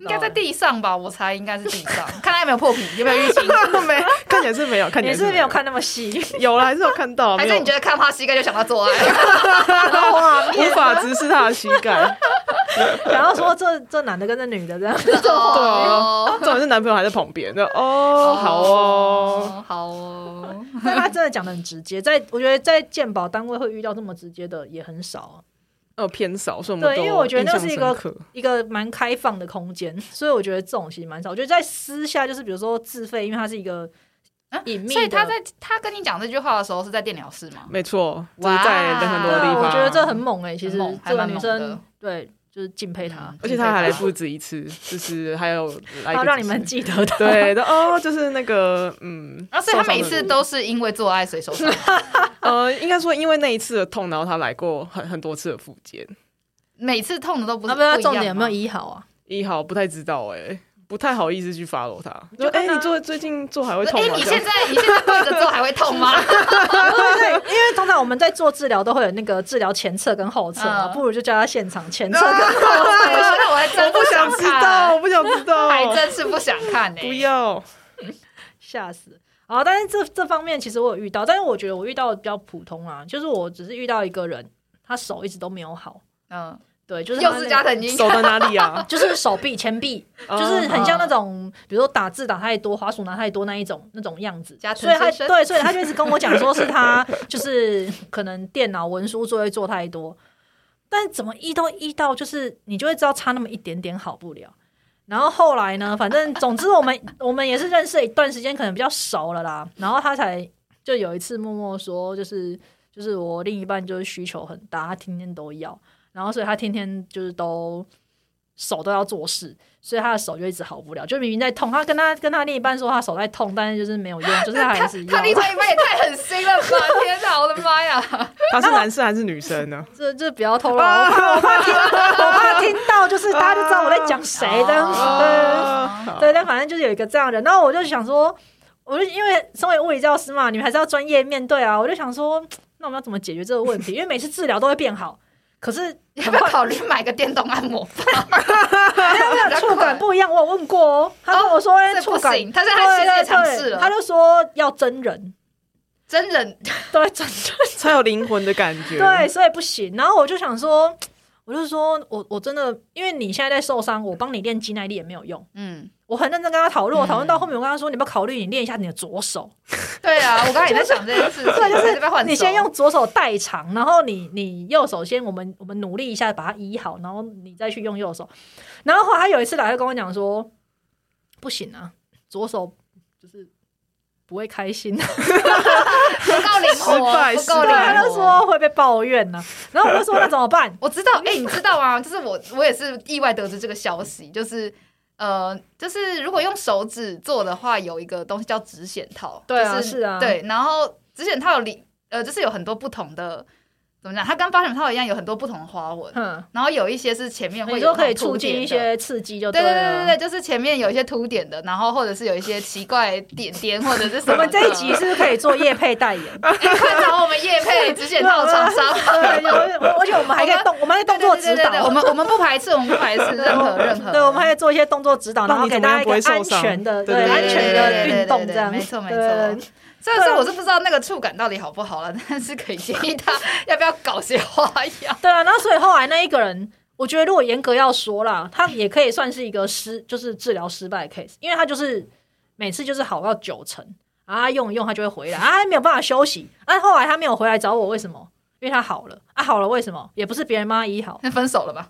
Speaker 1: 应该在地上吧？我猜应该是地上， (laughs) 看他有没有破皮，有没有淤青。
Speaker 3: 没，看起来是没有，看
Speaker 2: 你
Speaker 3: 起来
Speaker 2: 是不是没有，看那么细， (laughs)
Speaker 3: 有 (laughs) 啦，还是有看到，
Speaker 1: 还
Speaker 3: 没
Speaker 1: 是
Speaker 3: 有
Speaker 1: 你觉得看他膝盖就想到做爱？
Speaker 3: 无法直视他的膝盖。
Speaker 2: 然后说这这男的跟这女的这样， (laughs)
Speaker 3: 对啊，重点是男朋友还在旁边，就哦，好哦，，
Speaker 1: 哦好哦。
Speaker 2: 但他真的讲的很直接，在我觉得在鉴宝单位会遇到这么直接的也很少啊、
Speaker 3: 呃，偏少，所以我们
Speaker 2: 对
Speaker 3: 都
Speaker 2: 因为我觉得那
Speaker 3: 印象
Speaker 2: 是一个
Speaker 3: 深刻
Speaker 2: 一个蛮开放的空间， (laughs) 所以我觉得这种其实蛮少。我觉得在私下就是比如说自费，因为它是一个
Speaker 1: 啊
Speaker 2: 隐秘的、
Speaker 1: 所以他在他跟你讲这句话的时候是在电疗室吗？
Speaker 3: 没错，就
Speaker 1: 哇
Speaker 3: 是在人很多
Speaker 2: 对
Speaker 3: 的地
Speaker 2: 啊，
Speaker 3: 方，
Speaker 2: 我觉得这很猛哎、其实
Speaker 1: 哦很猛
Speaker 2: 这个
Speaker 1: 还蛮
Speaker 2: 女
Speaker 1: 猛
Speaker 2: 生
Speaker 1: 的
Speaker 2: 对就是敬佩她
Speaker 1: 嗯，
Speaker 3: 而且他还来不止一次，就是还有来一
Speaker 2: 要
Speaker 3: 个
Speaker 2: 让你们
Speaker 3: 几次
Speaker 2: 记得她。
Speaker 3: 对，就哦，就是那个嗯，
Speaker 1: 啊，所以他
Speaker 3: 受伤
Speaker 1: 每
Speaker 3: 的
Speaker 1: 次
Speaker 3: 人
Speaker 1: 都是因为做爱所以受伤。
Speaker 3: 呃，应该说因为那一次的痛，然后他来过很很多次的复健，
Speaker 1: 每次痛的都不是
Speaker 2: 那不知道
Speaker 1: 不一样
Speaker 2: 重点有没有
Speaker 1: 吗
Speaker 2: 医好
Speaker 1: (laughs)
Speaker 2: 啊？
Speaker 3: 一号不太知道哎、不太好意思去 follow 他，
Speaker 2: 就
Speaker 3: 就
Speaker 2: 看
Speaker 3: 哎、
Speaker 2: 他
Speaker 3: 你做最近做还会痛
Speaker 1: 哎、
Speaker 3: 吗？
Speaker 1: 你
Speaker 3: 这
Speaker 1: 现
Speaker 3: 样
Speaker 1: 在你现在跪着做还会痛吗？
Speaker 2: 对，因为通常我们在做治疗都会有那个治疗前侧跟后侧嘛，
Speaker 1: 嗯
Speaker 2: 不如就叫他现场前侧
Speaker 3: 啊
Speaker 2: 跟
Speaker 1: (laughs)
Speaker 2: 后侧。
Speaker 1: 那我还真
Speaker 3: (laughs) 我不想
Speaker 1: 想
Speaker 3: 知
Speaker 1: 看
Speaker 3: 道，，我不想
Speaker 2: (laughs)
Speaker 3: 知道，
Speaker 1: 还真是不想看呢、
Speaker 3: 不要。
Speaker 2: 吓死！啊，但是这这方面其实我有遇到，但是我觉得我遇到的比较普通啊，就是我只是遇到一个人，他手一直都没有好，
Speaker 1: 嗯，
Speaker 2: 对，就是他
Speaker 1: 又
Speaker 2: 那
Speaker 1: 是
Speaker 2: 个
Speaker 1: 加藤鹰，
Speaker 3: 手在哪里啊？嗯
Speaker 2: 就是手臂、前臂， (laughs)
Speaker 1: 哦
Speaker 2: 就是很像那种，比如说打字打太多、滑鼠拿太多那一种那种样子
Speaker 1: 加。藤
Speaker 2: 所以他
Speaker 1: 先生
Speaker 2: 对，所以他就一直跟我讲说是他就是可能电脑文书作业做太多，但怎么医都医到，就是你就会知道差那么一点点好不了。然后后来
Speaker 1: (laughs)
Speaker 2: 呢，反正总之我们我们也是认识一段时间，可能比较熟了啦。然后他才就有一次默默说，就是就是我另一半就是需求很大，他天天都要，然后所以他天天就是都手都要做事，所以他的手就一直好不了，就明明在痛，他跟他跟他另一半说他手在痛，但是就是没有用，就是他还是啊
Speaker 1: 他
Speaker 2: 要。
Speaker 1: 另外一半也太狠心了吧！天哪，我的妈呀！
Speaker 3: 他是男生还是女生呢？
Speaker 2: 这这不要透露，我怕啊我怕听，我怕听到就是大家就知道我在讲谁这样子。对
Speaker 1: 啊
Speaker 3: 好
Speaker 2: 哦对，但反正就是有一个这样的人，然后我就想说，我就因为身为物理教师嘛，你们还是要专业面对啊。我就想说，那我们要怎么解决这个问题？因为每次治疗都会变好，可 (laughs) 是
Speaker 1: 你要不要考虑买个电动按摩棒？
Speaker 2: 那个触感不一样，我有问过哦。他跟我说，哎、
Speaker 1: 这
Speaker 2: 触
Speaker 1: 不
Speaker 2: 感，
Speaker 1: 行，但是他
Speaker 2: 对
Speaker 1: 现在
Speaker 2: 对
Speaker 1: 尝试
Speaker 2: 对，他
Speaker 1: 了，
Speaker 2: 就说要
Speaker 1: (laughs)
Speaker 2: 真人，
Speaker 1: 真人
Speaker 2: 对真人，
Speaker 3: 才有灵魂的感觉。，Oh
Speaker 2: 对，，所以不行。然后我就想说，我就说我我真的，因为你现在在受伤，我帮你练肌耐力也没有用。
Speaker 1: 嗯，
Speaker 2: 我很认真跟他讨论，我讨论
Speaker 1: 嗯
Speaker 2: 到后面，我跟他说，你要不要考虑你练一下你的左手，
Speaker 1: 对啊，我刚才也在想这件事情，
Speaker 2: 对就是
Speaker 1: 还在换手
Speaker 2: 你先用左手代偿，然后你你右手先，我们我们努力一下把它医好，然后你再去用右手。然后后来他有一次来，他跟我讲说，不行啊，左手就是不会开 (laughs) 心，
Speaker 1: 不够灵活，
Speaker 3: 失败
Speaker 1: 不够
Speaker 2: 对，
Speaker 3: 失
Speaker 1: 灵
Speaker 3: 败
Speaker 2: 他
Speaker 1: 活
Speaker 2: 就。说会被抱怨啊呢、然后我就说那怎么办？
Speaker 1: 我知道，哎、你知道吗？就是我，我也是意外得知这个消息，就是呃，就是如果用手指做的话，有一个东西叫指显套，
Speaker 2: 对啊
Speaker 1: 就是
Speaker 2: 啊
Speaker 1: 对，然后指显套里呃，就是有很多不同的，怎么讲？它跟保险套一样，有很多不同的花纹，
Speaker 2: 哼，
Speaker 1: 然后有一些是前面
Speaker 2: 你
Speaker 1: 会有
Speaker 2: 说可以
Speaker 1: 那种
Speaker 2: 促
Speaker 1: 凸点
Speaker 2: 进
Speaker 1: 的
Speaker 2: 一。些刺激就
Speaker 1: 对对
Speaker 2: 了。
Speaker 1: 对对对，就是前面有一些凸点的，然后或者是有一些奇怪点点，或者是什么的。
Speaker 2: 我们这一集是不是可以做业配代言？
Speaker 1: 哎快找我们叶配指显套厂商。
Speaker 2: (laughs) 对，有而且我们还可以 (laughs) 动，我们还可以动作指
Speaker 1: 对对对对对
Speaker 2: 导
Speaker 1: 我。们我们不排斥，我们不排斥任何任何。
Speaker 2: 哦对，我们还会做一些动作指导，然
Speaker 3: 让
Speaker 2: 后
Speaker 3: 你
Speaker 2: 给
Speaker 3: 怎么
Speaker 2: 大家
Speaker 3: 样
Speaker 2: 一
Speaker 3: 不
Speaker 2: 个
Speaker 3: 会受
Speaker 2: 安
Speaker 3: 伤
Speaker 2: 全的、
Speaker 3: 对
Speaker 2: 对
Speaker 3: 对
Speaker 2: 安
Speaker 3: 对
Speaker 2: 全
Speaker 3: 对
Speaker 2: 的
Speaker 1: 对对
Speaker 2: 运动这
Speaker 1: 对
Speaker 2: 样。
Speaker 1: 没错没
Speaker 2: 对啊
Speaker 1: 错。虽然说我是不知道那个触感到底好不好了， (laughs) 但是可以建议他 (laughs) 要不要搞些花样。 (laughs)
Speaker 2: 对啊，然后所以后来那一个人，我觉得如果严格要说啦，他也可以算是一个失，就是治疗失败的 case，因为他就是每次就是好到九成啊，用一用他就会回来啊，他没有办法休息。啊，后来他没有回来找我，为什么？因为他好了啊，好了，为什么？也不是别人妈医好，
Speaker 1: 那分手了吧？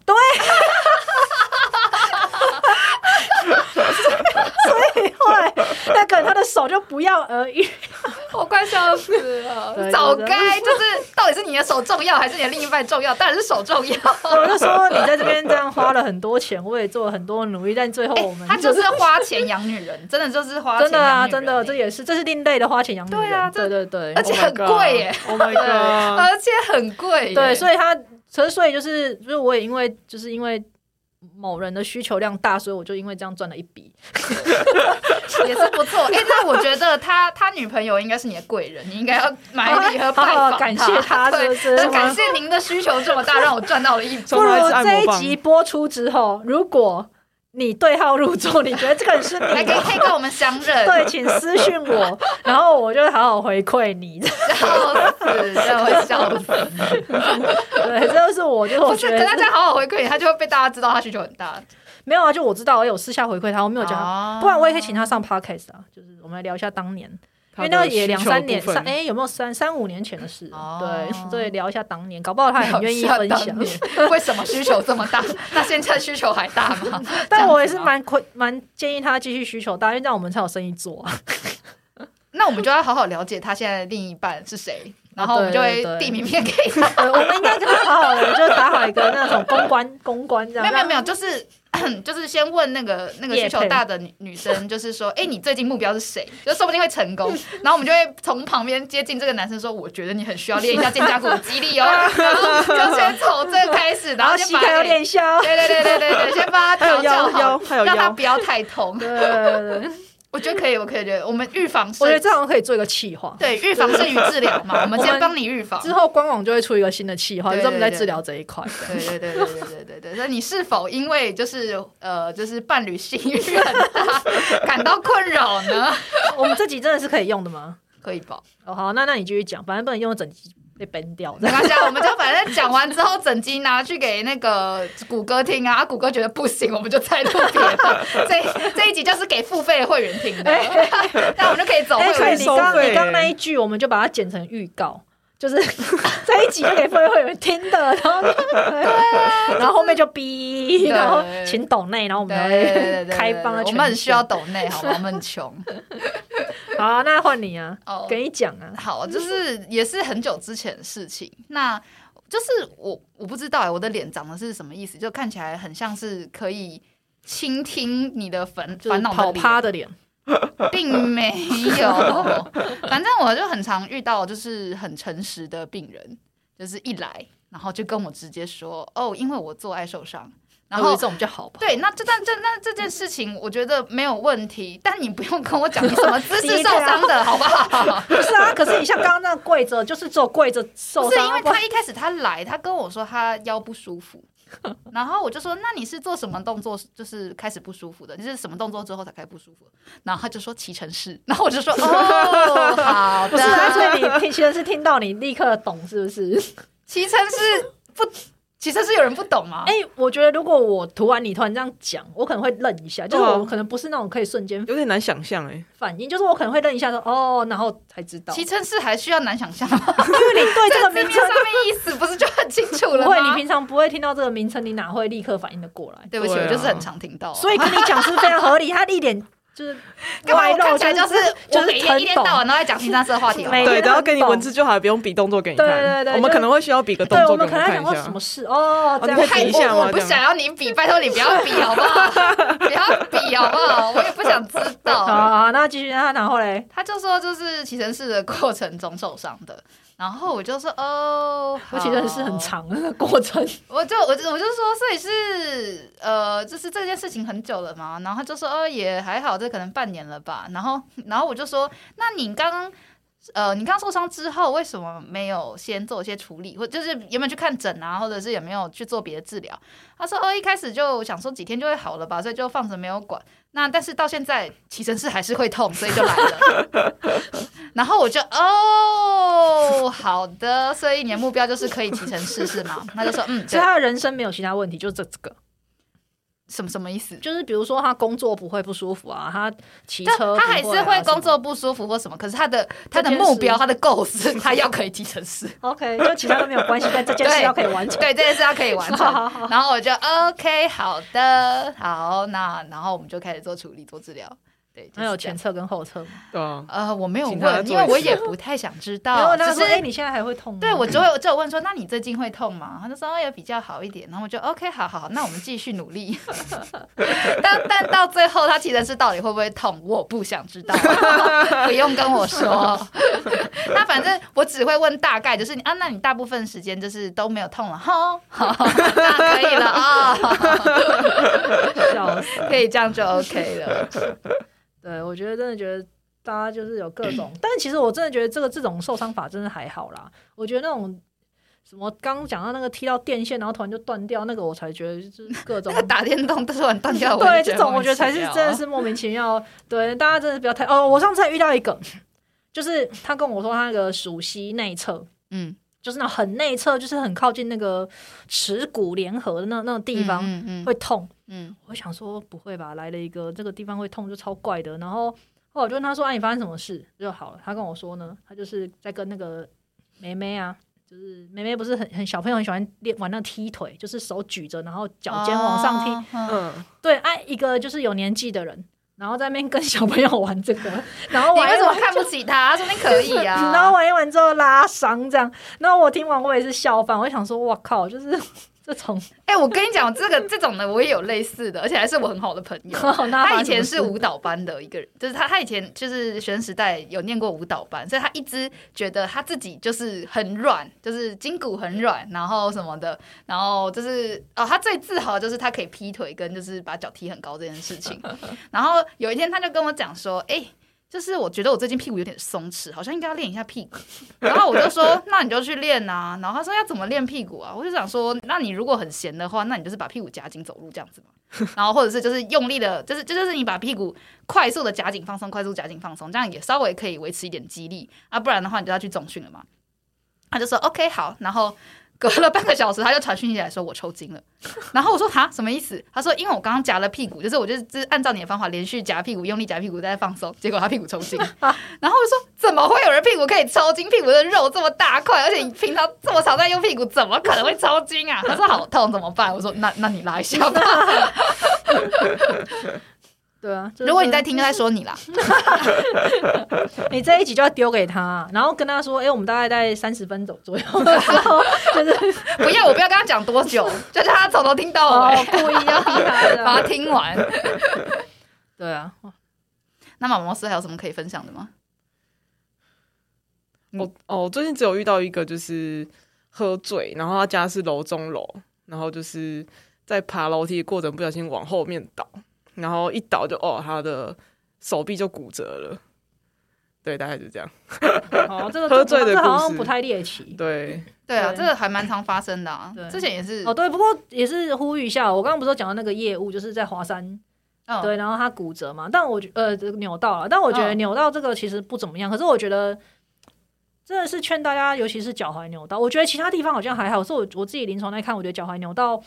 Speaker 2: 所以后来那个人他的手就不呃药而愈。
Speaker 1: 我快笑死 (laughs) 了，
Speaker 2: 对
Speaker 1: 早
Speaker 2: 就是
Speaker 1: 该就是到底是你的手重要还是你的另一半重要？ (laughs) 当然是手重要。
Speaker 2: 我就说你在这边这样花了很多钱，我也做了很多努力，但最后 (laughs) 我们、
Speaker 1: 哎他就是花钱养女人，真的就是花钱
Speaker 2: 真的啊，
Speaker 1: 养女人欸
Speaker 2: 真的，这也是这是另类的花钱养女人。
Speaker 1: 对啊这
Speaker 2: 对对对
Speaker 1: 而，且很贵耶
Speaker 2: (laughs)
Speaker 3: Oh my god！
Speaker 1: 啊
Speaker 2: 呃
Speaker 1: 而且很贵耶，
Speaker 2: 啊对，所以他，所以所以就是，就是我也因为就是因为某人的需求量大，所以我就因为这样赚了一笔。
Speaker 1: (laughs) 也是不错。哎、那我觉得他他女朋友应该是你的贵人，你应该要买礼盒拜
Speaker 2: 好
Speaker 1: 访
Speaker 2: 好感谢
Speaker 1: 他
Speaker 2: 他
Speaker 1: (laughs) 对，
Speaker 2: 是不是
Speaker 1: 那感谢您的需求这么大，让我赚到了一波。
Speaker 3: 从
Speaker 2: 不如
Speaker 3: 来自按摩
Speaker 2: 这一
Speaker 3: 棒
Speaker 2: 集播出之后，如果你对号入座，你觉得这个人是
Speaker 1: 来 (laughs)
Speaker 2: 你
Speaker 1: 可以
Speaker 2: 的，
Speaker 1: 可以跟我们相认，
Speaker 2: 对，请私讯我，然后我就会好好回馈你。 (laughs)
Speaker 1: 笑死，真的会笑死。
Speaker 2: 对，这就是我，就是我
Speaker 1: 不是
Speaker 2: 觉
Speaker 1: 跟大
Speaker 2: 得
Speaker 1: 家好好回馈你，他就会被大家知道他需求很大。
Speaker 2: 没有啊，就我知道，我有私下回馈他，我没有叫他，
Speaker 1: 哦
Speaker 2: 不然我也可以请他上 podcast 啊，就是我们来聊一下当年。因为那也两三年三哎、有没有三三五年前的事？
Speaker 1: 哦
Speaker 2: 对，所以聊一下当年，搞不好他很愿意分
Speaker 1: 好笑
Speaker 2: 享
Speaker 1: 当。年为什么需求这么大？那现在需求还大
Speaker 2: (laughs)
Speaker 1: 吗？
Speaker 2: (laughs) 但我也
Speaker 1: 这
Speaker 2: 是
Speaker 1: 样子啊吗
Speaker 2: 蛮亏蛮建议他继续需求大，因为这样我们才有生意做啊。 (laughs)
Speaker 1: 那我们就要好好了解他现在的另一半是谁，然后我们就会
Speaker 2: 哦对对对
Speaker 1: 递名片给他。
Speaker 2: 对，我们应该跟他好好的，就打好一个那种公关公关这样。
Speaker 1: 没有没有没
Speaker 2: 有，
Speaker 1: 有，就是就是 (clears throat) 先问那个那个需
Speaker 2: 业
Speaker 1: 求
Speaker 2: 配
Speaker 1: 大的女女生，就是
Speaker 2: (laughs)
Speaker 1: 说，哎、你最近目标是谁？就说不定会成功。然后我们就会从旁边接近这个男生说，我觉得你很需要练一下肩胛骨的肌
Speaker 2: (laughs)
Speaker 1: 力哦。然后就先从这个开始，然
Speaker 2: 然
Speaker 1: 后
Speaker 2: 后
Speaker 1: 先
Speaker 2: 膝
Speaker 1: 把
Speaker 2: 盖要
Speaker 1: 你
Speaker 2: 练一下哦。
Speaker 1: 对对对对对对，先把它
Speaker 3: 还有
Speaker 1: 调教
Speaker 3: 腰
Speaker 1: 好
Speaker 3: 腰，还有
Speaker 1: 让它
Speaker 3: 腰
Speaker 1: 不要太痛。
Speaker 2: 对对对对，
Speaker 1: 我觉得可以，我可以觉得我们预防
Speaker 2: 我觉得
Speaker 1: 胜
Speaker 2: 这好像可以做一个企划，
Speaker 1: 对预防胜于治疗嘛，我们先帮你预防。
Speaker 2: 之后官网就会出一个新的企划，
Speaker 1: 对对
Speaker 2: 就专门在
Speaker 1: 对
Speaker 2: 治疗这一块。
Speaker 1: 对对对对对对对对，所以你是否因为就是呃就是伴侣性欲很大感到困扰呢？
Speaker 2: 我们这集真的是可以用的吗？
Speaker 1: 可以吧？
Speaker 2: 哦，好，那那你继续讲，反正不能用整集被 ban 掉。
Speaker 1: 没关系，啊，我们就反正讲完之后，整集拿去给那个谷歌听啊，啊谷歌觉得不行，我们就再录别的。这这一集就是给付费的会员听的，那我们就可以走会
Speaker 2: 哎，
Speaker 1: 员路
Speaker 2: 所
Speaker 3: 可
Speaker 2: 以
Speaker 3: 以
Speaker 2: 你
Speaker 3: 收
Speaker 2: 刚
Speaker 3: 费
Speaker 2: 你
Speaker 1: 欸
Speaker 2: 刚那一句，我们就把它剪成预告，就是 (laughs) 这一集就给会会员听的，然后
Speaker 1: 啊
Speaker 2: (laughs) 然后后面就逼，然后请抖内，然后我们
Speaker 1: 对对对
Speaker 2: 才
Speaker 1: 对对，
Speaker 2: 会开放的。
Speaker 1: 我们很需要。抖内，好吗？我们很穷。
Speaker 2: 好啊，那换你啊
Speaker 1: 哦，
Speaker 2: 给你讲啊。
Speaker 1: 好，就是也是很久之前的事情。那就是我我不知道哎，我的脸长得是什么意思？就看起来很像是可以倾听你的烦
Speaker 2: 就是
Speaker 1: 烦恼
Speaker 2: 跑
Speaker 1: 的
Speaker 2: 趴
Speaker 1: 脸，
Speaker 2: 的脸，
Speaker 1: 并没
Speaker 2: (laughs)
Speaker 1: 有。反正我就很常遇到，就是很诚实的病人，就是一来然后就跟我直接说哦，因为我做爱受伤，然
Speaker 2: 哦我觉得
Speaker 1: 后
Speaker 2: 这种比较好
Speaker 1: (laughs)
Speaker 2: 吧。
Speaker 1: 对，那这但这那这件事情，我觉得没有问题，但你不用跟我讲你什么
Speaker 2: (laughs)
Speaker 1: 姿势
Speaker 2: 低
Speaker 1: 受
Speaker 2: 调
Speaker 1: 伤的，好不好？
Speaker 2: 不是啊，可是你像刚刚那个跪着，就是只有跪着受
Speaker 1: 不是
Speaker 2: 伤
Speaker 1: 因
Speaker 2: 啊，
Speaker 1: 为
Speaker 2: 不然
Speaker 1: 他一开始他来，他跟我说他腰不舒
Speaker 2: (laughs)
Speaker 1: 服，然后我就说那你是做什么动作就是开始不舒服的？你是什么动作之后才开始不舒服？然后他就说骑乘式， (laughs) 然后我就说哦，好
Speaker 2: 不是啊，所
Speaker 1: 的，
Speaker 2: 以你听其实是听到你立刻懂是不是？
Speaker 1: 哦骑乘式不骑乘式有人不懂吗？
Speaker 2: 哎，我觉得如果我突然你突然这样讲，我可能会愣一下，就是
Speaker 1: 哦
Speaker 3: 对啊
Speaker 2: 我可能不是那种可以瞬间
Speaker 3: 有点难想象哎，
Speaker 2: 反应，就是我可能会愣一下说哦，然后才知道，
Speaker 1: 哎骑
Speaker 2: 因
Speaker 1: 乘式还需要难想象吗？
Speaker 2: 为你对 (laughs) 这个
Speaker 1: 字
Speaker 2: 名 (laughs)
Speaker 1: 面
Speaker 2: 称
Speaker 1: 上面意思不是就很清楚了
Speaker 2: 不会，你
Speaker 1: 吗？
Speaker 2: 平常不会听到这个名称，你哪会立刻反应的过来？
Speaker 1: 对不起，
Speaker 3: 对
Speaker 1: 我
Speaker 3: 啊
Speaker 1: 就是很常听到啊，
Speaker 2: 所以跟你讲是非常合理，他一点 (laughs) 就是
Speaker 1: 干嘛
Speaker 2: 歪
Speaker 1: 我看
Speaker 2: 肉，
Speaker 1: 起来就是
Speaker 2: 是
Speaker 1: 我
Speaker 2: 就
Speaker 1: 每
Speaker 2: 是
Speaker 1: 天一天
Speaker 2: 懂。
Speaker 1: 到晚都在讲新三色话题好不好，
Speaker 2: (laughs) 没
Speaker 3: 对，
Speaker 2: 真的
Speaker 3: 等下
Speaker 2: 哎很
Speaker 3: 给你
Speaker 2: 懂
Speaker 3: 文字就好，不用比动作给你看。
Speaker 2: 对对对
Speaker 3: 我们
Speaker 2: 就
Speaker 3: 可能会需要比个动
Speaker 2: 对，我
Speaker 3: 作给
Speaker 2: 们
Speaker 3: 我
Speaker 2: 可能
Speaker 3: 看
Speaker 2: 想
Speaker 3: 一
Speaker 2: 说
Speaker 3: 下
Speaker 2: 什。么事哦，这样
Speaker 3: 你可以
Speaker 1: 太
Speaker 3: 比一下吗
Speaker 1: 我我不
Speaker 3: 这样
Speaker 1: 想要你比，拜托你不要比好不好？ (laughs) 不要比好不好？我也不想知
Speaker 2: 好
Speaker 1: 道。
Speaker 2: 好，好那继续，那然后嘞，
Speaker 1: 他就说，就是骑乘式的过程中受伤的，然后我就说，哦，
Speaker 2: 我其实是
Speaker 1: 好
Speaker 2: 很，长的那个过程，
Speaker 1: 我就我就我就说，所以是呃，就是这件事情很久了嘛，然后他就说，哦，也还好，这可能半年了吧，然后然后我就说，那你刚刚。呃，你刚受伤之后，为什么没有先做一些处理，或就是有没有去看诊啊，或者是有没有去做别的治疗？他说，哦，一开始就想说几天就会好了吧，所以就放着没有管。那但是到现在，其实是还是会痛，所以就来了。然后我就哦，好的，所以你的目标就是可以提成试试
Speaker 2: (laughs)
Speaker 1: 嘛？他就说，嗯，
Speaker 2: (laughs) 所
Speaker 1: 对
Speaker 2: 以，他的人生没有其他问题，就这这个，
Speaker 1: 什么什么意思？
Speaker 2: 就是比如说他工作不会不舒服啊，他骑
Speaker 1: 就
Speaker 2: 车
Speaker 1: 他还是
Speaker 2: 不啊
Speaker 1: 会
Speaker 2: 什么
Speaker 1: 工
Speaker 3: (laughs)
Speaker 1: 作不舒服或什么，可是他的他的
Speaker 2: 这件
Speaker 1: 目
Speaker 2: 事
Speaker 1: 标、他的构思， (laughs) 他要可以提成试。
Speaker 2: ，OK，就其他都没有关系，但这件事
Speaker 1: 对
Speaker 2: 要可以 (laughs) 完成。
Speaker 1: 对，这件事他可以完
Speaker 2: 好
Speaker 1: 成。然后我就 OK，好的，好，那然后我们就开始做处理、做治疗。对，就是
Speaker 2: 那有
Speaker 1: 这样
Speaker 2: 前侧跟后侧吗？
Speaker 3: 对啊，
Speaker 1: 呃，我没有
Speaker 3: 请他
Speaker 1: 问，
Speaker 3: 做
Speaker 1: 因为
Speaker 3: 一
Speaker 1: 我
Speaker 3: 次
Speaker 1: 也不太想知
Speaker 2: 然
Speaker 1: 道，
Speaker 2: 后他
Speaker 1: 只
Speaker 2: 说：“哎，
Speaker 1: 哦是。
Speaker 2: 你现在还会痛吗？”
Speaker 1: 对，我就会就有问说，那你最近会痛吗？他就说，哦，也比较好一点。然后我就 OK，好好好，那我们继续努力。 (laughs) 但但到最后，他提的是到底会不会痛，我不想知道， (laughs) 不用跟我说。 (laughs) 那反正我只会问大概，就是你啊，那你大部分时间就是都没有痛了，吼，好，那可以了啊、哦，
Speaker 2: (laughs)
Speaker 1: (laughs)
Speaker 2: 笑死。
Speaker 1: 可以这样就 OK 了。
Speaker 2: 对，我觉得真的觉得大家就是有各种，但其实我真的觉得这个这种受伤法真的还好啦。我觉得那种什么刚刚讲到那个踢到电线，然后突然就断掉，那个我才觉得就是各种
Speaker 1: (laughs) 那个打电动突然断掉，
Speaker 2: 对，
Speaker 1: 就
Speaker 2: 这种我觉得才
Speaker 1: 莫
Speaker 2: 是
Speaker 1: 名
Speaker 2: 真
Speaker 1: 其妙
Speaker 2: 的是莫名其妙。对，大家真的不要太哦。我上次还遇到一个，就是他跟我说他那个属膝内侧，
Speaker 1: 嗯
Speaker 2: 就是那种很内侧，就是很靠近那个耻骨联合的那那种地方、
Speaker 1: 嗯嗯
Speaker 2: 会痛。
Speaker 1: 嗯
Speaker 2: 我想说不会吧，来了一个这个地方会痛就超怪的。然后后来我就问他说：“哎、你发生什么事？”就好了。他跟我说呢，他就是在跟那个梅梅啊，就是梅梅不是很很小朋友很喜欢练玩那个踢腿，就是手举着，然后脚尖往上踢。
Speaker 1: 哦嗯
Speaker 3: 嗯，
Speaker 2: 对，哎、一个就是有年纪的人，然后在那边跟小朋友玩这个，然后
Speaker 1: 你
Speaker 2: 玩一
Speaker 1: 为什么
Speaker 2: 玩
Speaker 1: 看不起他？说明可以 (laughs) 啊。
Speaker 2: (laughs) 然后玩一玩之后拉伤这样。然后我听完我也是笑翻，我想说：“我靠，就是 (laughs) 这种。。
Speaker 1: 哎、我跟你讲，这个这种的我也有类似的，而且还是我很好的朋友 (laughs)
Speaker 2: 那
Speaker 1: 他
Speaker 2: 发
Speaker 1: 以前
Speaker 2: 生什
Speaker 1: 是
Speaker 2: 么事
Speaker 1: 舞蹈班的一个人，就是他，他以前就是学生时代有念过舞蹈班，所以他一直觉得他自己就是很软，就是筋骨很软，然后什么的，然后就是哦，他最自豪就是他可以劈腿跟就是把脚踢很高这件事 (laughs) 情。然后有一天他就跟我讲说，哎、就是我觉得我最近屁股有点松弛，好像应该要练一下屁股。 (laughs) 然后我就说，那你就去练啊。然后他说要怎么练屁股啊？我就想说，那你如果很闲的话，那你就是把屁股夹紧走路这样子嘛。然后或者是就是用力的，就是这就是你把屁股快速的夹紧放松，快速夹紧放松，这样也稍微可以维持一点肌力啊。不然的话，你就要去总训了嘛。他就说 OK 好，然后。隔了半个小时，他就传讯息来说我抽筋了，然后我说哈什么意思？他说因为我刚刚夹了屁股，就是我就是就是按照你的方法连续夹屁股，用力夹屁股再放松，结果他屁股抽筋，然后我就说：“怎么会有人屁股可以抽筋？屁股的肉这么大块，而且你平常这么常在用屁股，怎么可能会抽筋啊？”他说：“好痛，怎么办？”我说：“那那你拉一下吧。
Speaker 2: 对啊，就是
Speaker 1: 如果你在听，就在说你啦。 (laughs)
Speaker 2: 你这一集就要丢给他，然后跟他说：“哎、我们大概在三十分钟左右的时 (laughs) 候，就是
Speaker 1: 不要，我不要跟他讲多久，
Speaker 2: (laughs)
Speaker 1: 就让他从头听到
Speaker 2: 哦
Speaker 1: 尾，
Speaker 2: 故意要逼他
Speaker 1: 把
Speaker 2: 的。
Speaker 1: 他听完。”
Speaker 2: (laughs) 对啊，
Speaker 1: 那马毛斯还有什么可以分享的吗？
Speaker 3: 我哦，我最近只有遇到一个就是喝醉，然后他家是楼中楼，然后就是在爬楼梯的过程不小心往后面倒，然后一倒就哦，他的手臂就骨折了。对，大概就这样。
Speaker 2: 哦，这个
Speaker 3: 喝醉的
Speaker 2: 这好
Speaker 3: 故
Speaker 2: 像
Speaker 3: 事
Speaker 2: 不太猎奇。
Speaker 3: 对，
Speaker 1: 对啊，
Speaker 2: 对
Speaker 1: 这个还蛮常发生的啊
Speaker 2: 对。
Speaker 1: 之前也是
Speaker 2: 哦，，对，不过也是呼吁一下，我刚刚不是有讲到那个业务，就是在华山，
Speaker 1: 嗯，
Speaker 2: 对，然后他骨折嘛，但我觉呃扭到了，但我觉得
Speaker 1: 嗯
Speaker 2: 扭到这个其实不怎么样，可是我觉得真的是劝大家，尤其是脚踝扭到，我觉得其他地方好像还好，是我我自己临床来看，我觉得脚踝扭到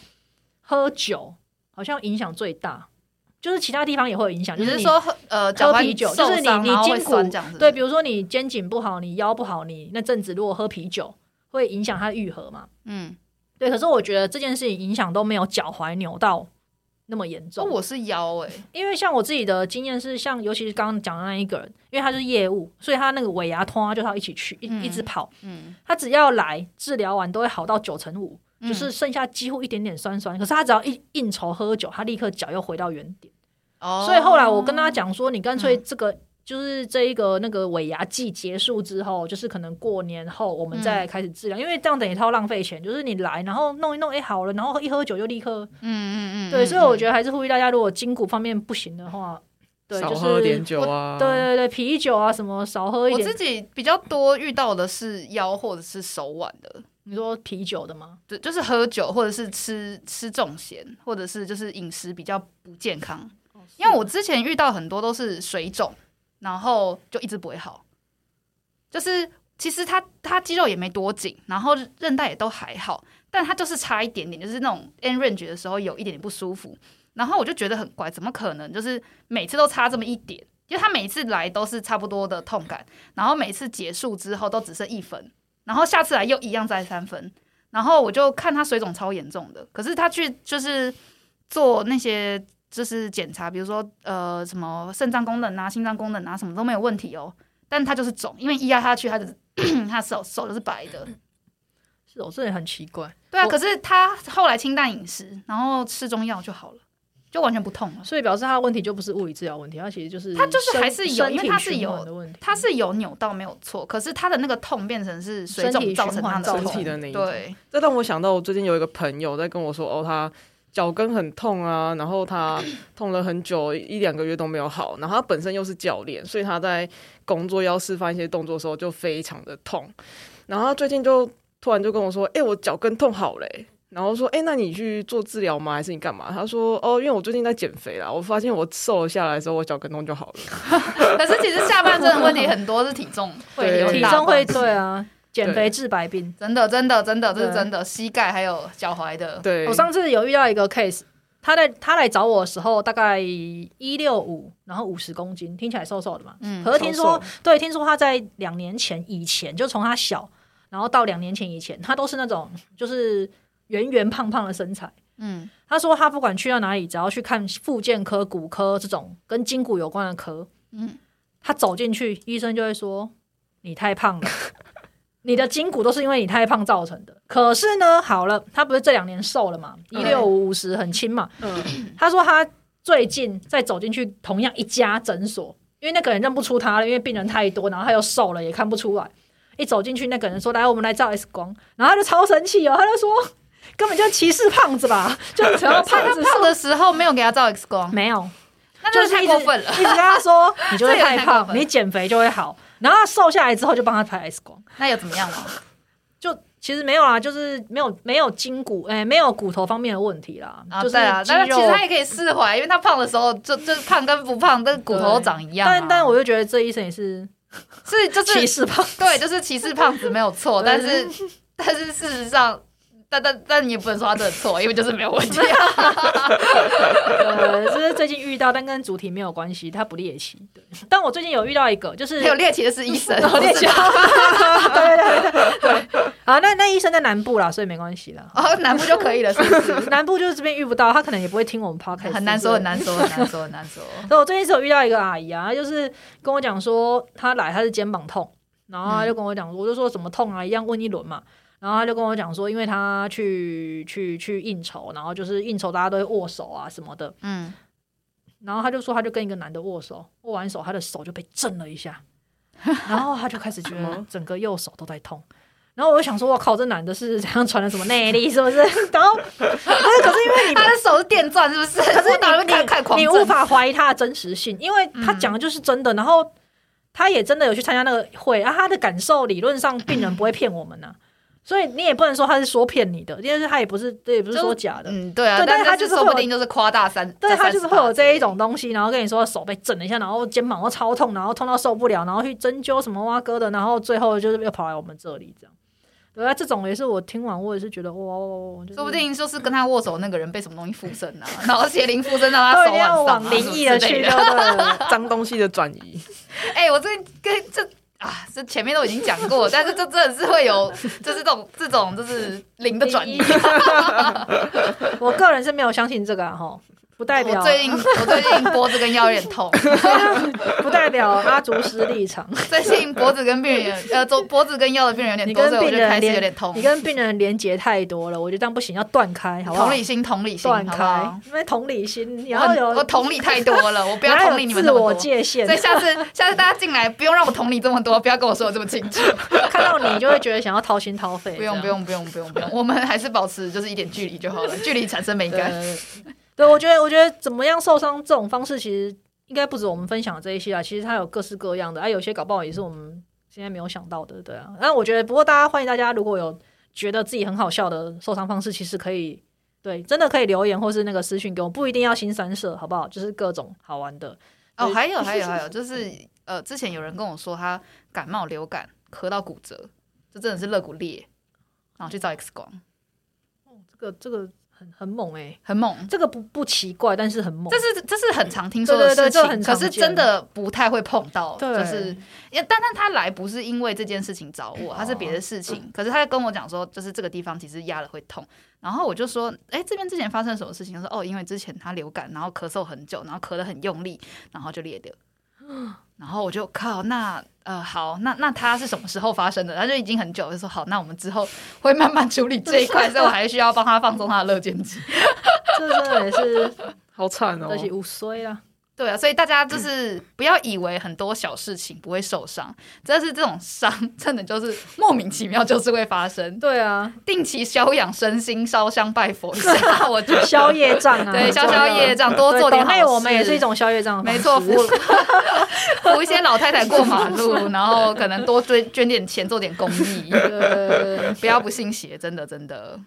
Speaker 2: 喝酒好像影响最大，就是其他地方也会有影响，就
Speaker 1: 你是
Speaker 2: 你
Speaker 1: 说喝呃脚
Speaker 2: 喝
Speaker 1: 踝
Speaker 2: 啤酒
Speaker 1: 受
Speaker 2: 就是你
Speaker 1: 伤
Speaker 2: 你
Speaker 1: 然后会
Speaker 2: 筋骨
Speaker 1: 酸这样子？
Speaker 2: 对，比如说你肩颈不好，你腰不好，你那阵子如果喝啤酒，会影响它的愈合嘛？
Speaker 1: 嗯，
Speaker 2: 对，可是我觉得这件事情影响都没有脚踝扭到那么严
Speaker 1: 哦
Speaker 2: 重。
Speaker 1: 我是腰哎，
Speaker 2: 因为像我自己的经验是，像尤其是刚刚讲的那一个人，因为他是业务，所以他那个尾牙通啊，就要一起去一、一直
Speaker 1: 嗯
Speaker 2: 跑，
Speaker 1: 嗯，
Speaker 2: 他只要来治疗完都会好到九成五，
Speaker 1: 嗯
Speaker 2: 就是剩下几乎一点点酸酸。可是他只要一应酬喝酒，他立刻脚又回到原点。
Speaker 1: 哦嗯
Speaker 2: 所以后来我跟他讲说，你干脆这个、就是这一个那个尾牙季结束之后，就是可能过年后我们
Speaker 1: 嗯
Speaker 2: 再开始治疗，因为这样等于他浪费钱，就是你来然后弄一弄，哎、好了，然后一喝酒就立刻，
Speaker 1: 嗯嗯嗯，
Speaker 2: 对，
Speaker 1: 嗯
Speaker 2: 所以我
Speaker 1: 嗯
Speaker 2: 觉得还是呼吁大家，如果筋骨方面不行的话，对，
Speaker 3: 少
Speaker 2: 就
Speaker 3: 喝点
Speaker 2: 是。
Speaker 3: 酒啊。
Speaker 2: 对对对，啤酒啊什么少喝一
Speaker 1: 我
Speaker 2: 点
Speaker 1: 自。己比较多遇到的是腰或者是手腕的，
Speaker 2: 你说啤酒的吗？
Speaker 1: 就就是喝酒或者是吃吃重咸，或者是就是饮食比较不健康。因为我之前遇到很多都是水肿，然后就一直不会好，就是其实他他肌肉也没多紧，然后韧带也都还好，但他就是差一点点，就是那种 end range 的时候有一点点不舒服，然后我就觉得很怪，怎么可能就是每次都差这么一点？因为他每次来都是差不多的痛感，然后每次结束之后都只剩一分，然后下次来又一样再三分，然后我就看他水肿超严重的，可是他去就是做那些就是检查，比如说呃什么肾脏功能啊、心脏功能啊，什么都没有问题哦。但他就是肿，因为一压下去，他的 (clears throat) 他手手就是白的。
Speaker 2: 是哦，这也很奇怪。
Speaker 1: 对啊，
Speaker 2: 嗯我
Speaker 1: 可是他后来清淡饮食，然后吃中药就好了，就完全不痛了。
Speaker 2: 所以表示他的问题就不是物理治疗问题，他其实就是
Speaker 1: 他就是
Speaker 2: 身
Speaker 1: 还是有
Speaker 2: 身体
Speaker 1: 因为他是
Speaker 2: 循环
Speaker 1: 有
Speaker 2: 的问题，
Speaker 1: 他是有扭到没有错，可是他的那个痛变成是水
Speaker 2: 身
Speaker 1: 肿
Speaker 2: 体
Speaker 1: 造成
Speaker 2: 循环
Speaker 1: 他
Speaker 2: 造
Speaker 1: 痛
Speaker 2: 成
Speaker 3: 的那一种
Speaker 1: 对， (laughs)
Speaker 3: 这让我想到，我最近有一个朋友在跟我说，哦，他脚跟很痛啊，然后他痛了很久，一两个月都没有好。然后他本身又是教练，所以他在工作要示范一些动作的时候就非常的痛。然后他最近就突然就跟我说，哎、我脚跟痛好嘞、然后说，哎、那你去做治疗吗？还是你干嘛？他说，哦，因为我最近在减肥啦，我发现我瘦了下来的时候，我脚跟痛就好了。
Speaker 1: 可是其实下半身的问题很多是体重会
Speaker 3: 对
Speaker 1: 有
Speaker 2: 体
Speaker 1: 大
Speaker 2: 重会
Speaker 1: 关系
Speaker 2: 对啊，减肥治百病。
Speaker 1: 真的真的真的这是
Speaker 2: 对
Speaker 1: 真的，膝盖还有脚踝的，
Speaker 3: 对，
Speaker 2: 我上次有遇到一个 case，他在他来找我的时候大概一六五，然后五十公斤，听起来瘦瘦的嘛。
Speaker 1: 嗯
Speaker 2: 可是听
Speaker 3: 瘦
Speaker 2: 说
Speaker 3: 瘦
Speaker 2: 对，听说他在两年前以前，就从他小，然后到两年前以前，他都是那种就是圆圆胖胖的身材。
Speaker 1: 嗯，
Speaker 2: 他说他不管去到哪里，只要去看复健科、骨科这种跟筋骨有关的科，
Speaker 1: 嗯
Speaker 2: 嗯，他走进去，医生就会说你太胖了， (laughs) 你的筋骨都是因为你太胖造成的。可是呢，好了，他不是这两年瘦了嘛，一
Speaker 3: 嗯
Speaker 2: 六五五十很轻嘛，
Speaker 3: 嗯，
Speaker 2: 他说他最近再走进去同样一家诊所，因为那个人认不出他了，因为病人太多，然后他又瘦了，也看不出来。一走进去，那个人说：“来，我们来照 X 光。”然后他就超生气哦，他就说：“根本就歧视胖子吧， (laughs) 就只要胖
Speaker 1: 他
Speaker 2: 子
Speaker 1: 胖的时候没有给他照 X
Speaker 2: (laughs)
Speaker 1: 光，
Speaker 2: 没有，
Speaker 1: (laughs) 那就
Speaker 2: 就
Speaker 1: 是是太过
Speaker 2: (laughs)
Speaker 1: 分了
Speaker 2: 一。直跟他说你就会
Speaker 1: (laughs) 这有点
Speaker 2: 太
Speaker 1: 太过
Speaker 2: 胖，
Speaker 1: 分
Speaker 2: 你减肥就会好。”然后他瘦下来之后，就帮他拍 X 光。
Speaker 1: 那又怎么样嘛？
Speaker 2: 就其实没有啦，啊就是没有没有筋骨，哎、没有骨头方面的问题啦，
Speaker 1: 啊，
Speaker 2: 就是
Speaker 1: 对啊，
Speaker 2: 肌
Speaker 1: 但是其
Speaker 2: 肉
Speaker 1: 实他也可以释怀，因为他胖的时候就就是胖跟不胖，但骨头都长一样啊。
Speaker 2: 但但我就觉得这医生也是
Speaker 1: 是就
Speaker 2: 歧
Speaker 1: 是
Speaker 2: 视胖
Speaker 1: (laughs)
Speaker 2: 子。
Speaker 1: 对，就是歧视胖子没有错，但是但是事实上，但但但你也不能说他真的
Speaker 2: (laughs)
Speaker 1: 错，因为就是没有问题啊。
Speaker 2: 呃，这是最近遇到，但跟主题没有关系，它不猎奇。对，但我最近有遇到一个，就
Speaker 1: (laughs)
Speaker 2: 是 (laughs)
Speaker 1: 没有猎奇的是医生，
Speaker 2: 有猎奇，啊
Speaker 1: 不是他
Speaker 2: 对对对对对啊，那那医生在南部啦，所以没关系啦。
Speaker 1: (laughs) 哦，南部就可以了，是
Speaker 2: (laughs)
Speaker 1: 不是？
Speaker 2: 南部就是这边遇不到，他可能也不会听我们 podcast，
Speaker 1: 很难说，很
Speaker 2: 对
Speaker 1: 难说，很难说，很难说。
Speaker 2: 所以我最近是有遇到一个阿姨啊，她就是跟我讲说，她来她是肩膀痛，然后
Speaker 1: 嗯
Speaker 2: 她就跟我讲说，我就说怎么痛啊，一样问一轮嘛。然后她就跟我讲说，因为她去去去应酬，然后就是应酬大家都会握手啊什么的。
Speaker 1: 嗯，
Speaker 2: 然后她就说，她就跟一个男的握手，握完手，她的手就被震了一下，然后她就开始觉得整个右手都在痛。然后我就想说，我靠，这男的是怎样传了什么内力是不是？然后，可是可是因 (laughs) 为你
Speaker 1: 他的手是电钻，是不是？可
Speaker 2: 可是
Speaker 1: 打
Speaker 2: 你
Speaker 1: 人看看狂
Speaker 2: 你
Speaker 1: 震
Speaker 2: 无法怀疑他的真实性，因为他讲的就是真的，然后他也真的有去参加那个会啊，他的感受理论上病人不会骗我们呐、啊所以你也不能说他是说骗你的，因为他也不是，这也不是说假的。
Speaker 1: 嗯，对啊，
Speaker 2: 对但
Speaker 1: 但
Speaker 2: 是他就是
Speaker 1: 说不
Speaker 2: 会有
Speaker 1: 定就是夸大三，
Speaker 2: 对他
Speaker 1: 三
Speaker 2: 就是
Speaker 1: 十
Speaker 2: 会有
Speaker 1: 八
Speaker 2: 这一种东西，然后跟你说手被整了一下，然后肩膀又超痛，然后痛到受不了，然后去针灸什么挖哥的，然后最后就是又跑来我们这里这样。对啊，这种也是我听完我也是觉得哇，就是
Speaker 1: 说不定就是跟他握手那个人被什么东西附身了、 (laughs) 然后邪灵附身到他
Speaker 2: 都一
Speaker 1: 手
Speaker 2: 定
Speaker 1: 腕
Speaker 2: 要
Speaker 1: 上、啊，
Speaker 2: 往灵异的
Speaker 1: 什么之
Speaker 2: 去，
Speaker 1: 类
Speaker 2: 对不对？
Speaker 3: 脏东西的转移，
Speaker 1: 哎、我这跟这啊，这前面都已经讲过，但是这真的是会有，就是这种这种就是零的转移。
Speaker 2: 我个人是没有相信这个啊，哈，不代
Speaker 1: 我
Speaker 2: 表
Speaker 1: 最近我最近脖子跟腰有点痛，
Speaker 2: 不代表阿竹师立场。
Speaker 1: 最近脖子跟病人呃，左脖子跟腰的病人有点
Speaker 2: 你
Speaker 1: 多，
Speaker 2: 跟
Speaker 1: 所以我
Speaker 2: 病
Speaker 1: 就
Speaker 2: 人
Speaker 1: 开始有点
Speaker 2: 连
Speaker 1: 痛
Speaker 2: 你。跟病人连接太多了，我觉得这样不行，要断开，好不好
Speaker 1: 同？理心，同理心，好
Speaker 2: 断
Speaker 1: 不
Speaker 2: 开
Speaker 1: 好？，
Speaker 2: 因为同理心，你
Speaker 1: 我
Speaker 2: 要
Speaker 1: 很
Speaker 2: 有
Speaker 1: 我同理太多了，我不要
Speaker 2: 你
Speaker 1: 同
Speaker 2: 有
Speaker 1: 理你们
Speaker 2: 自
Speaker 1: 那么
Speaker 2: 我
Speaker 1: 多。
Speaker 2: 界限
Speaker 1: 所以，下次下次大家进来不用让我同理这么多，不要跟我说的这么清楚。 (laughs)
Speaker 2: 看到你就会觉得想要掏心掏肺。
Speaker 1: 不用不
Speaker 2: 这样，
Speaker 1: 用不用不用不用，我们还是保持就是一点距离就好了，距离产生美感。
Speaker 2: 对，对我觉得我觉得怎么样受伤这种方式，其实应该不止我们分享的这一些啊，其实它有各式各样的，啊，有些搞不好也是我们现在没有想到的，对啊。那我觉得，不过大家欢迎大家，如果有觉得自己很好笑的受伤方式，其实可以对，真的可以留言或是那个私讯给我，不一定要新三社，好不好？就是各种好玩的，
Speaker 1: 哦，
Speaker 2: 对
Speaker 1: 还有还有还有，就是呃，之前有人跟我说他感冒流感咳到骨折，这真的是肋骨裂，然后去照 X 光，
Speaker 2: 这个这个很很猛哎、
Speaker 1: 很猛。
Speaker 2: 这个不不奇怪，但是很
Speaker 1: (laughs)
Speaker 2: 猛。
Speaker 1: 这是这是很常听说的事
Speaker 2: 对对对这
Speaker 1: 情，
Speaker 2: 很
Speaker 1: 可
Speaker 2: 常
Speaker 1: 是
Speaker 2: 见
Speaker 1: 真的不太会碰到，
Speaker 2: 对
Speaker 1: 就是，因为但但他来不是因为这件事情找
Speaker 2: 哦
Speaker 1: 我，他是别的事情，可是他跟我讲说，就是这个地方其实压了会痛，然后我就说，哎、这边之前发生什么事情？他说，哦，因为之前他流感，然后咳嗽很久，然后咳得很用力，然后就裂
Speaker 2: (laughs)
Speaker 1: 掉。然后我就靠，那呃好，那那他是什么时候发生的？他就已经很久，就说好，那我们之后会慢慢处理这一
Speaker 2: (laughs)
Speaker 1: 块，所以我还需要帮他放松他的肋间肌。
Speaker 2: 这真的也是，
Speaker 3: 好惨 (laughs) 哦
Speaker 2: 这！是五岁啦。
Speaker 1: 对啊，所以大家就是不要以为很多小事情不会受伤，但是这种伤真的就是莫名其妙就是会发生。
Speaker 2: 对啊，
Speaker 1: 定期消养身心，烧香拜佛一
Speaker 2: (laughs)
Speaker 1: 下， (laughs) 我觉得
Speaker 2: 消业障啊，
Speaker 1: 对消
Speaker 2: 真的
Speaker 1: 消业障，多
Speaker 2: 对
Speaker 1: 做点
Speaker 2: 抖
Speaker 1: 好
Speaker 2: 内
Speaker 1: 事。
Speaker 2: 我们也是一种消业障的方
Speaker 1: 没
Speaker 2: 式，
Speaker 1: 错，扶 (laughs) 扶一些老太太过马路，然后可能多捐捐点钱，做点公
Speaker 2: (laughs)
Speaker 1: 益。
Speaker 2: 呃，
Speaker 1: 不要不信邪，真的真的。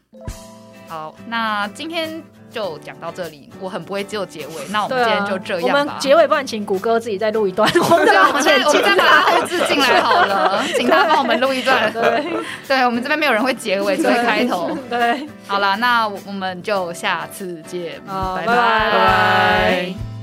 Speaker 1: 好，那今天就讲到这里，我很不会做结尾，那我们
Speaker 2: 对
Speaker 1: 今天
Speaker 2: 啊，
Speaker 1: 就这
Speaker 2: 我
Speaker 1: 样吧。
Speaker 2: 们结尾，不然请谷歌自己再录一段，我们
Speaker 1: 对，啊我
Speaker 2: 再
Speaker 1: 们再我们再把它后置进来好
Speaker 2: (laughs)
Speaker 1: 了，请他帮我们录一段。
Speaker 2: 对
Speaker 1: 对，我们这边没有人会结尾，只会开 (laughs) 头。
Speaker 2: 对。
Speaker 1: 好啦，那我们就下次见，
Speaker 2: 好
Speaker 1: 拜
Speaker 2: 拜拜
Speaker 3: 拜拜